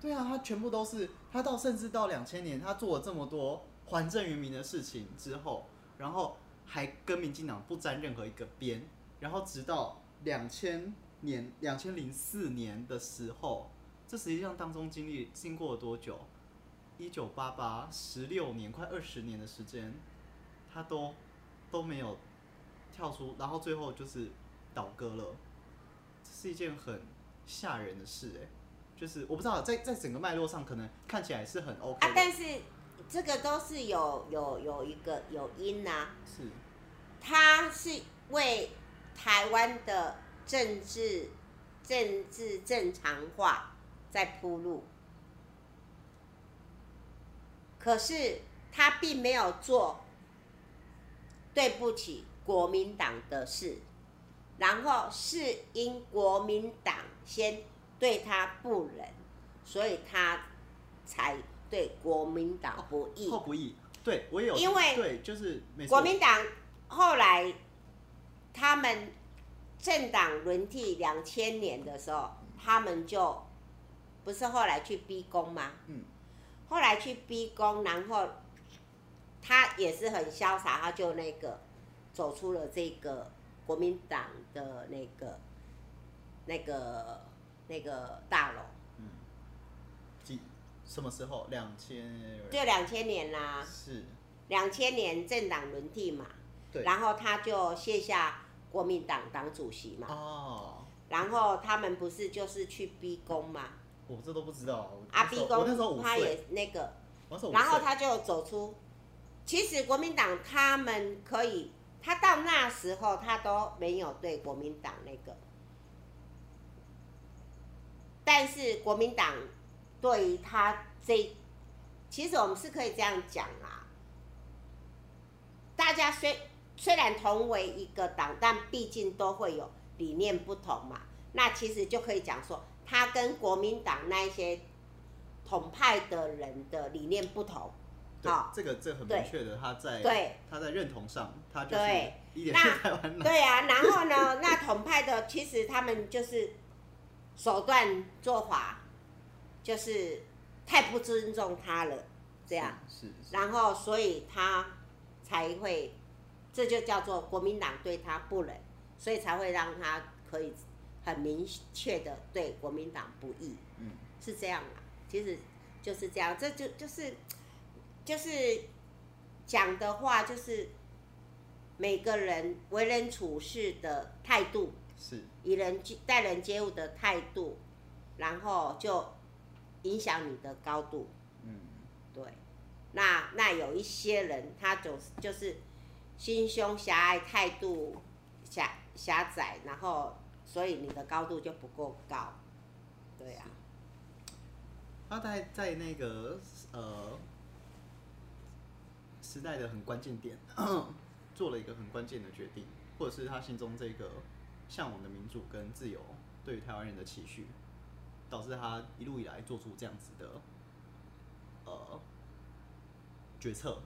对啊，他全部都是他到甚至到两千年，他做了这么多还政于民的事情之后，然后还跟民进党不沾任何一个边，然后直到两千年两千零四年的时候，这实际上当中经历经过了多久？一九八八十六年，快二十年的时间，他都都没有跳出，然后最后就是倒戈了。这是一件很吓人的事、哎，就是我不知道，在在整个脉络上，可能看起来是很 OK 啊，的，但是这个都是有有有一个有因呐、啊是他是为台湾的政治政治正常化在铺路，可是他并没有做对不起国民党的事，然后是因国民党先对他不仁，所以他才对国民党不义。后不易。对我也有，因为对就是没错国民党后来他们政党轮替两千年的时候，他们就不是后来去逼宫吗？嗯，后来去逼宫，然后他也是很潇洒，他就那个走出了这个国民党的那个那个那个大楼，嗯几什么时候？两千就两千年啦、是两千年政党轮替嘛，对然后他就卸下国民党党主席嘛，哦，然后他们不是就是去逼宫嘛，我这都不知道。我那啊时逼候我那时候宫五他岁，也那个，我那时候五岁然后他就走出，其实国民党他们可以，他到那时候他都没有对国民党那个，但是国民党对于他这，其实我们是可以这样讲啊，大家虽虽然同为一个党，但毕竟都会有理念不同嘛。那其实就可以讲说，他跟国民党那一些统派的人的理念不同，哦对好这个这个很对明确的，他在对他在认同上，他就是对一点那是台湾人。对啊，然后呢， [LAUGHS] 那统派的其实他们就是手段做法，就是太不尊重他了，这样。是是然后所以他才会，这就叫做国民党对他不仁，所以才会让他可以很明确的对国民党不义，嗯，是这样啊，其实就是这样，这就就是就是讲的话就是每个人为人处事的态度，是以人接待人接物的态度，然后就影响你的高度。嗯对，那那有一些人他总是就是心胸狭隘，态度狭狭窄，然后所以你的高度就不够高。对啊，他在在那个呃时代的很关键点 [CLEARS THROAT] 做了一个很关键的决定，或者是他心中这个向往的民主跟自由对于台湾人的期许，导致他一路以来做出这样子的呃决策，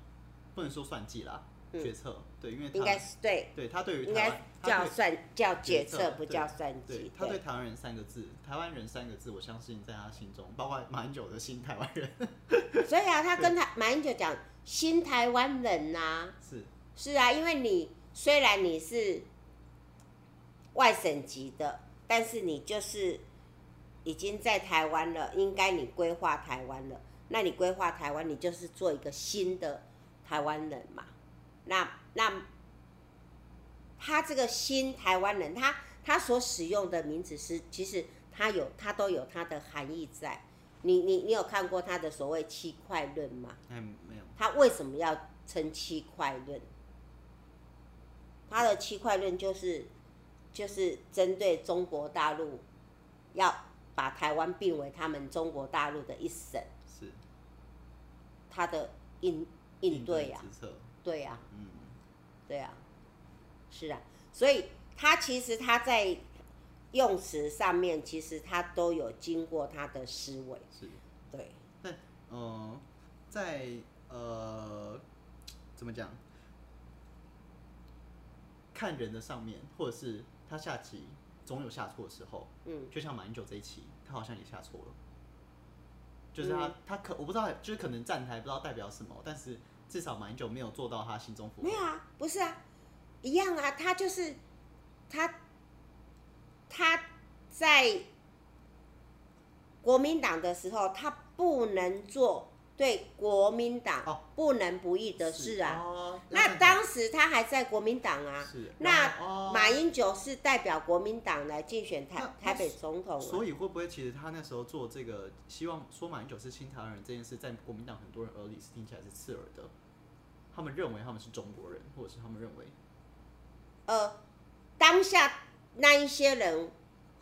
不能说算计啦，嗯决策对，因为应该他是对，对他对于应台该湾他叫对算叫决决策策，不对叫算对计。他对台湾人三个字，台湾人三个字，我相信在他心中，包括马英九的新台湾人 [LAUGHS] 所以啊，他跟他马英九讲新台湾人呐、是是啊，因为你虽然你是外省籍的，但是你就是已经在台湾了，应该你规划台湾了。那你规划台湾，你就是做一个新的台湾人嘛。那那他这个新台湾人，他他所使用的名词是，其实他有他都有他的含义在。你你你有看过他的所谓七块论吗？哎没有他为什么要称七块论？他的七块论就是就是针对中国大陆，要把台湾并为他们中国大陆的一省，是他的应应对啊呀、之策，对呀、嗯对啊，是啊，所以他其实他在用词上面，其实他都有经过他的思维，是对，嗯、呃在呃，怎么讲？看人的上面，或者是他下棋总有下错的时候。嗯，就像马英九这一期，他好像也下错了，就是嗯他、他可我不知道，就是可能站台不知道代表什么，但是至少马英九没有做到他心中符合没。有啊，不是啊，一样啊，他就是他他在国民党的时候，他不能做对国民哦党不能不义的事啊。哦、那当当时他还在国民党啊，是然后那哦马英九是代表国民党来竞选台那台北总统啊。所以会不会其实他那时候做这个，希望说马英九是亲台湾人这件事，在国民党很多人耳里是听起来是刺耳的，他们认为他们是中国人，或者是他们认为呃，当下那一些人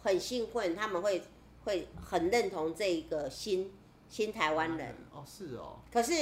很兴奋，他们会会很认同这一个新新台湾人。哦是哦，可是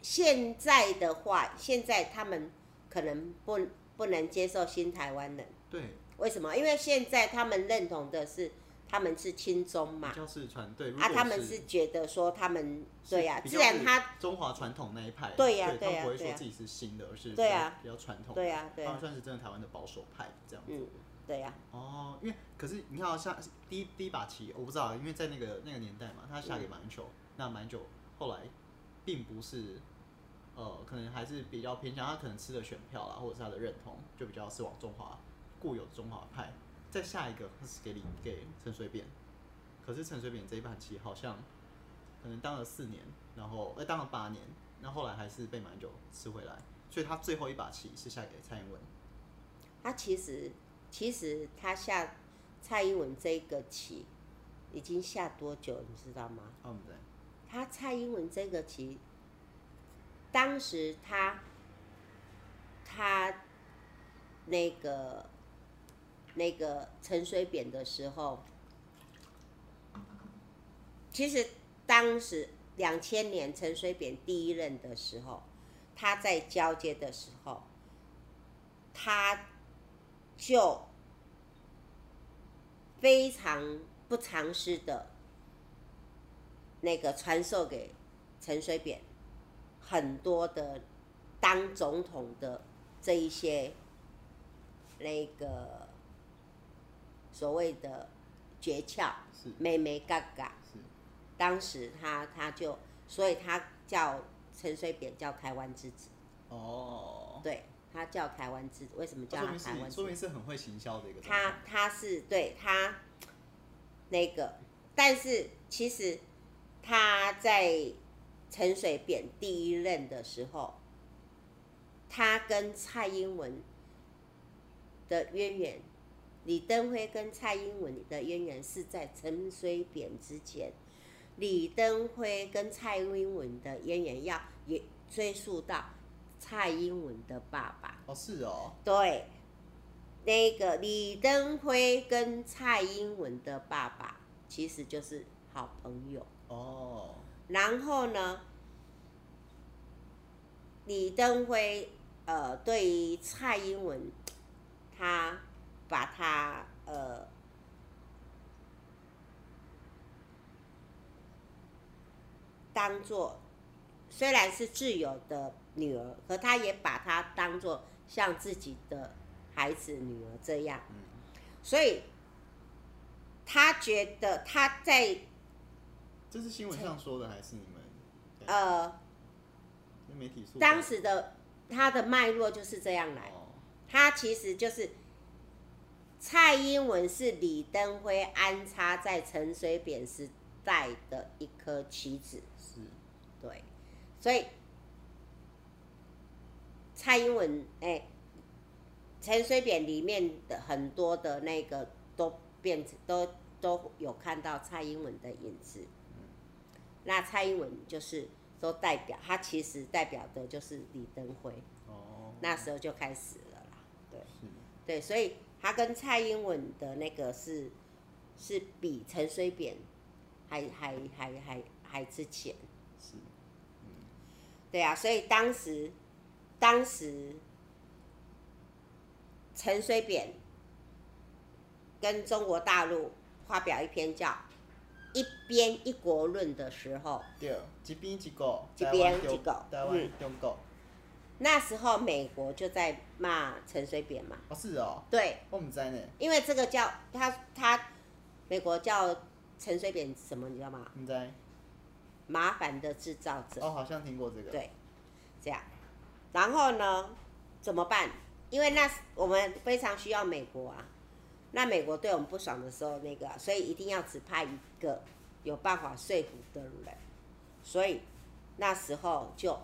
现在的话，现在他们可能不不能接受新台湾人，对，为什么？因为现在他们认同的是他们是亲中嘛比，较是传对，如啊，果他们是是觉得说他们对呀、比自较然是他中华传统那一派，对呀他对们呀不会说对呀自己是新的，而是对呀比较比较传统的，对啊呀对呀他们算是真的台湾的保守派这样子。嗯对呀、哦，因为可是你看好像第一第一把棋，我不知道，因为在那个那个年代嘛，他下给马英九，那马英九后来并不是，呃，可能还是比较偏向他可能吃的选票啦，或者是他的认同，就比较是往中华固有中华派。再下一个他是给李给陈水扁，可是陈水扁这一盘棋好像可能当了四年，然后呃当了八年，那后来还是被马英九吃回来，所以他最后一把棋是下给蔡英文。他啊其实其实他下蔡英文这个棋已经下多久，你知道吗？哦，对，他蔡英文这个棋，当时他他那个那个陈水扁的时候，其实当时两千年陈水扁第一任的时候，他在交接的时候，他就非常不藏私的那个传授给陈水扁很多的当总统的这一些那个所谓的诀窍，是妹妹嘎嘎。是。当时他他就，所以他叫陈水扁叫台湾之子，哦，对他叫台湾之子，为什么叫说他明台湾是之说子？明是很会行销的一个东西。他他是对他那个，但是其实他在陈水扁第一任的时候，他跟蔡英文的渊源，李登辉跟蔡英文的渊源是在陈水扁之前，李登辉跟蔡英文的渊源要也追溯到蔡英文的爸爸。哦是哦，对，那个李登辉跟蔡英文的爸爸其实就是好朋友。哦然后呢，李登辉呃，对于蔡英文，他把他呃。当做虽然是挚友的女儿，可他也把她当做像自己的孩子、女儿这样。嗯，所以，他觉得他在这是新闻上说的还是你们呃那媒体说的？当时的他的脉络就是这样来，哦他其实就是蔡英文是李登辉安插在陈水扁时代的一颗棋子，是对，所以蔡英文哎、陈水扁里面的很多的那个都变成都都有看到蔡英文的影子，那蔡英文就是都代表，他其实代表的就是李登辉，哦那时候就开始了啦，对是对，所以他跟蔡英文的那个是是比陈水扁还还还还还之前。是嗯对啊，所以当时，当时陈水扁跟中国大陆发表一篇叫《一边一国论的时候，对，一边一个，一台边湾中一个台湾嗯中国，那时候美国就在骂陈水扁嘛，哦是哦，对，我唔知呢，因为这个叫他他美国叫陈水扁什么你知道吗？唔知，哦麻烦的制造者，好像听过这个，对，这样，然后呢怎么办？因为那我们非常需要美国啊，那美国对我们不爽的时候，那个啊、所以一定要只派一个有办法说服的人，所以那时候就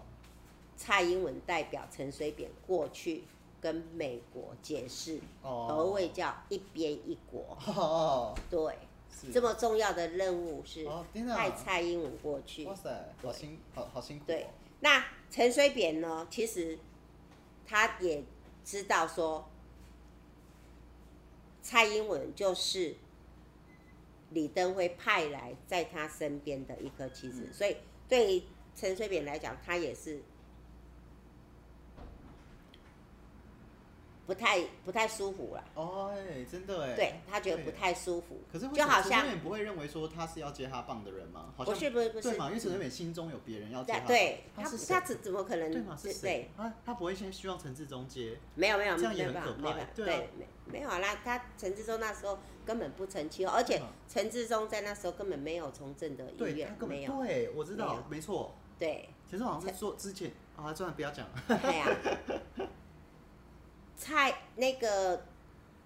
蔡英文代表陈水扁过去跟美国解释，何哦，谓叫一边一国？哦，对，是这，么重要的任务是哦天哪派蔡英文过去哇。塞，好辛，好好辛苦，对，那陈水扁呢，其实他也知道说，蔡英文就是李登辉派来在他身边的一颗棋子，嗯所以对于陈水扁来讲，他也是不太不太舒服啦。哦，哎，真的哎，对他觉得不对。太舒服可是，会就好陈像水扁不会认为说他是要接他棒的人吗？好像不是不是不是对嘛，因为陈水扁心中有别人要接对他棒，对，他他是他谁？怎怎么可能对嘛是对谁？他他不会先希望陈志忠接，没有没有，这样没也有很办法，可没有怕办法，对对，啊没没有啦。他陈志忠那时候根本不成气候，而且嗯陈志忠在那时候根本没有从政的意对他愿，根本没有，对我知没道有，没错，对，其实好像是做之前啊，算了，不要讲了。哎呀，蔡那个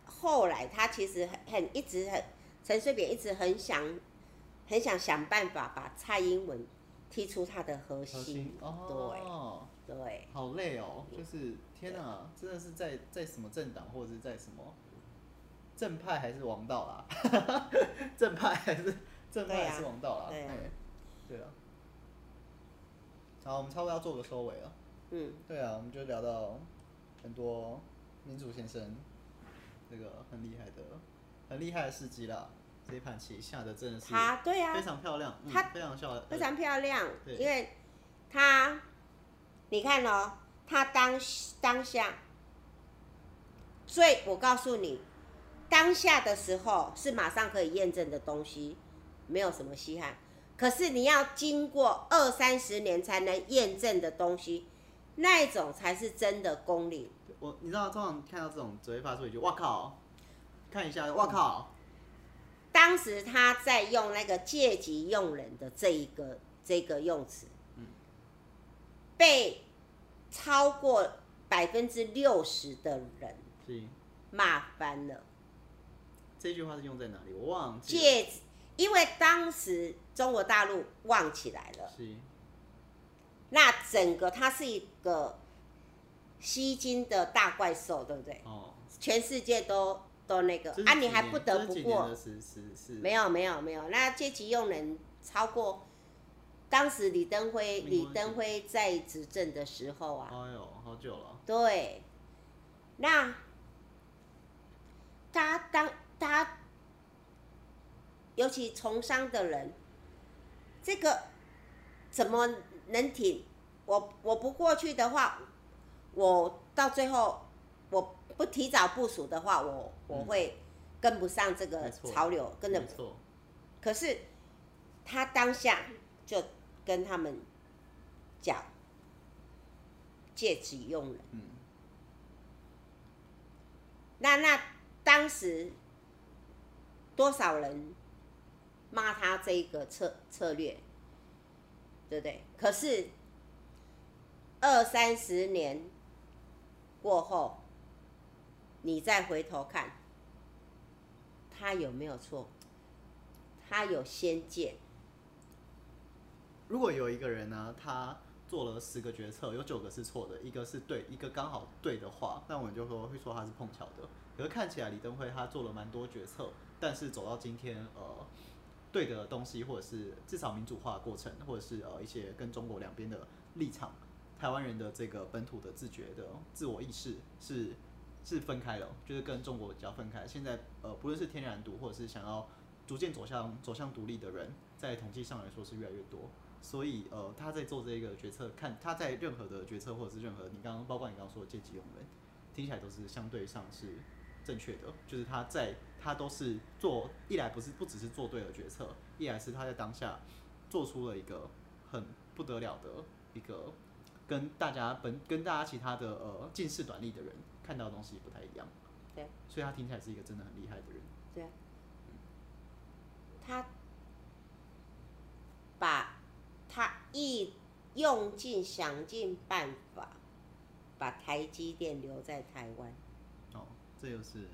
后来他其实很很一直很陈水扁一直很想很想想办法把蔡英文踢出他的核核心心，哦，对。好累哦，就是天哪、真的是在在什么政党或者是在什么正派还是王道啦， [LAUGHS] 正派还是正派还是王道啦，对啊哎对啊。好，我们差不多要做个收尾了。嗯，对啊，我们就聊到很多民主先生这个很厉害的、很厉害的事迹啦。这一盘棋下的真的是他对啊，非常漂亮，嗯、他非常漂亮，非常漂亮，对因为他，你看哦，他当当下最，我告诉你，当下的时候是马上可以验证的东西，没有什么稀罕。可是你要经过二三十年才能验证的东西，那一种才是真的公理。我你知道，通常看到这种只会发出一句“哇靠”，看一下“哇靠当时他在用那个借机用人的这一个这个用词，被超过百分之六十的人”，是骂翻了。这句话是用在哪里？我忘记了。借机，因为当时中国大陆旺起来了，是那整个它是一个吸金的大怪兽，对不对？哦，全世界都都那个这是啊，几你还年不得这不是几过年的时时是没有没有没有，那借机用人超过当时李登辉民李国登辉在执政的时候啊，哎呦，好久了。对，那他当他尤其从商的人，这个怎么能挺？我我不过去的话，我到最后我不提早部署的话，我我嗯会跟不上这个没错潮流，跟着没错，可是他当下就跟他们讲借此用人。嗯，那那当时多少人骂他这一个策策略，对不对？可是二三十年过后，你再回头看，他有没有错？他有先见，如果有一个人呢，他做了十个决策，有九个是错的，一个是对，一个刚好对的话，那我们就说会说他是碰巧的。可是看起来李登辉他做了蛮多决策，但是走到今天，呃，对的东西，或者是至少民主化的过程，或者是呃一些跟中国两边的立场，台湾人的这个本土的自觉的自我意识是是分开了，就是跟中国比较分开。现在呃，不论是天然独或者是想要逐渐走向走向独立的人，在统计上来说是越来越多。所以呃，他在做这个决策，看他在任何的决策或者是任何你刚刚包括你刚刚说的阶级用人，听起来都是相对上是正确的，就是他在他都是做一来不是不只是做对了决策，一来是他在当下做出了一个很不得了的一个跟大家本跟大家其他的呃近视短利的人看到的东西不太一样，对所以他听起来是一个真的很厉害的人。对啊，他把他一用尽想尽办法，把台积电留在台湾，哦，这又是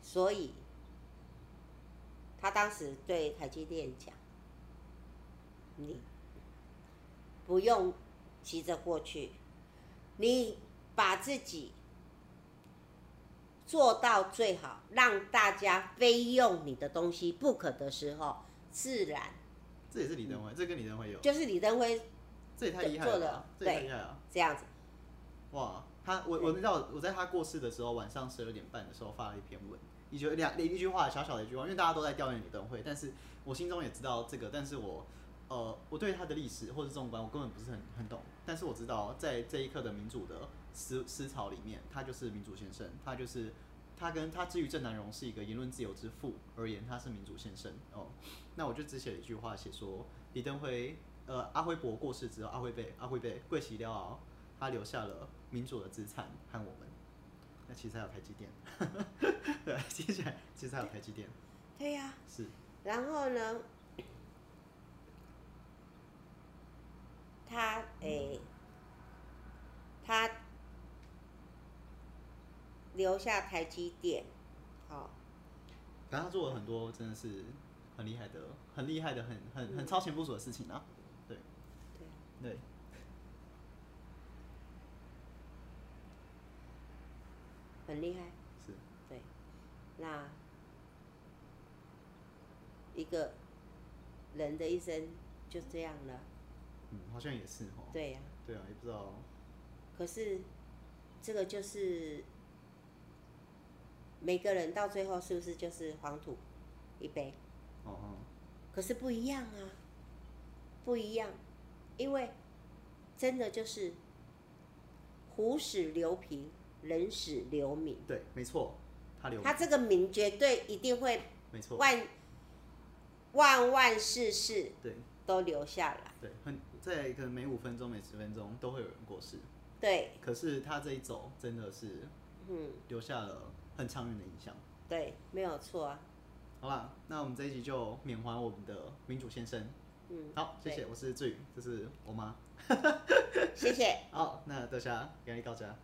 所以他当时对台积电讲：“你不用急着过去，你把自己做到最好，让大家非用你的东西不可的时候，自然这也是李登辉，这跟李登辉有，就是李登辉这也太厉害做了了吧，这也太嗯对厉害了。这样子。哇，他我我知道，我在他过世的时候，晚上十二点半的时候发了一篇文，一句两一句话，小小的一句话，因为大家都在悼念李登辉，但是我心中也知道这个，但是我呃，我对他的历史或者纵观，我根本不是很很懂，但是我知道在这一刻的民主的思思潮里面，他就是民主先生，他就是。他跟他至于郑南荣是一个言论自由之父而言，他是民主先生哦。那我就只写了一句话，写说李登辉，呃，阿辉伯过世之后，阿辉被阿辉被贵喜了哦他留下了民主的资产和我们。那其实还有台积电， [LAUGHS] 对，接下来其实还有台积电，对呀、是然后呢，他诶、他留下台积电，哦好、反正他做了很多真的是很厉害的、很厉害的、很很很超前部署的事情啊。对，对啊对，很厉害。是对，那一个人的一生就这样了，嗯，好像也是哦。对呀、对啊，也不知道，可是这个就是每个人到最后是不是就是黄土一杯？哦哦，可是不一样啊，不一样，因为真的就是虎死留皮，人死留名。对，没错，他留，他这个名绝对一定会没错，万万万事事对都留下来。对，很在可能每五分钟、每十分钟都会有人过世，对，可是他这一走真的是嗯，留下了很长远的影响。对，没 [LAUGHS] 有错啊。好啦，那我们这一集就缅怀我们的民主先生。嗯，好，谢对谢，我是志宇，这是我妈。谢谢。好，那大家，感谢大家。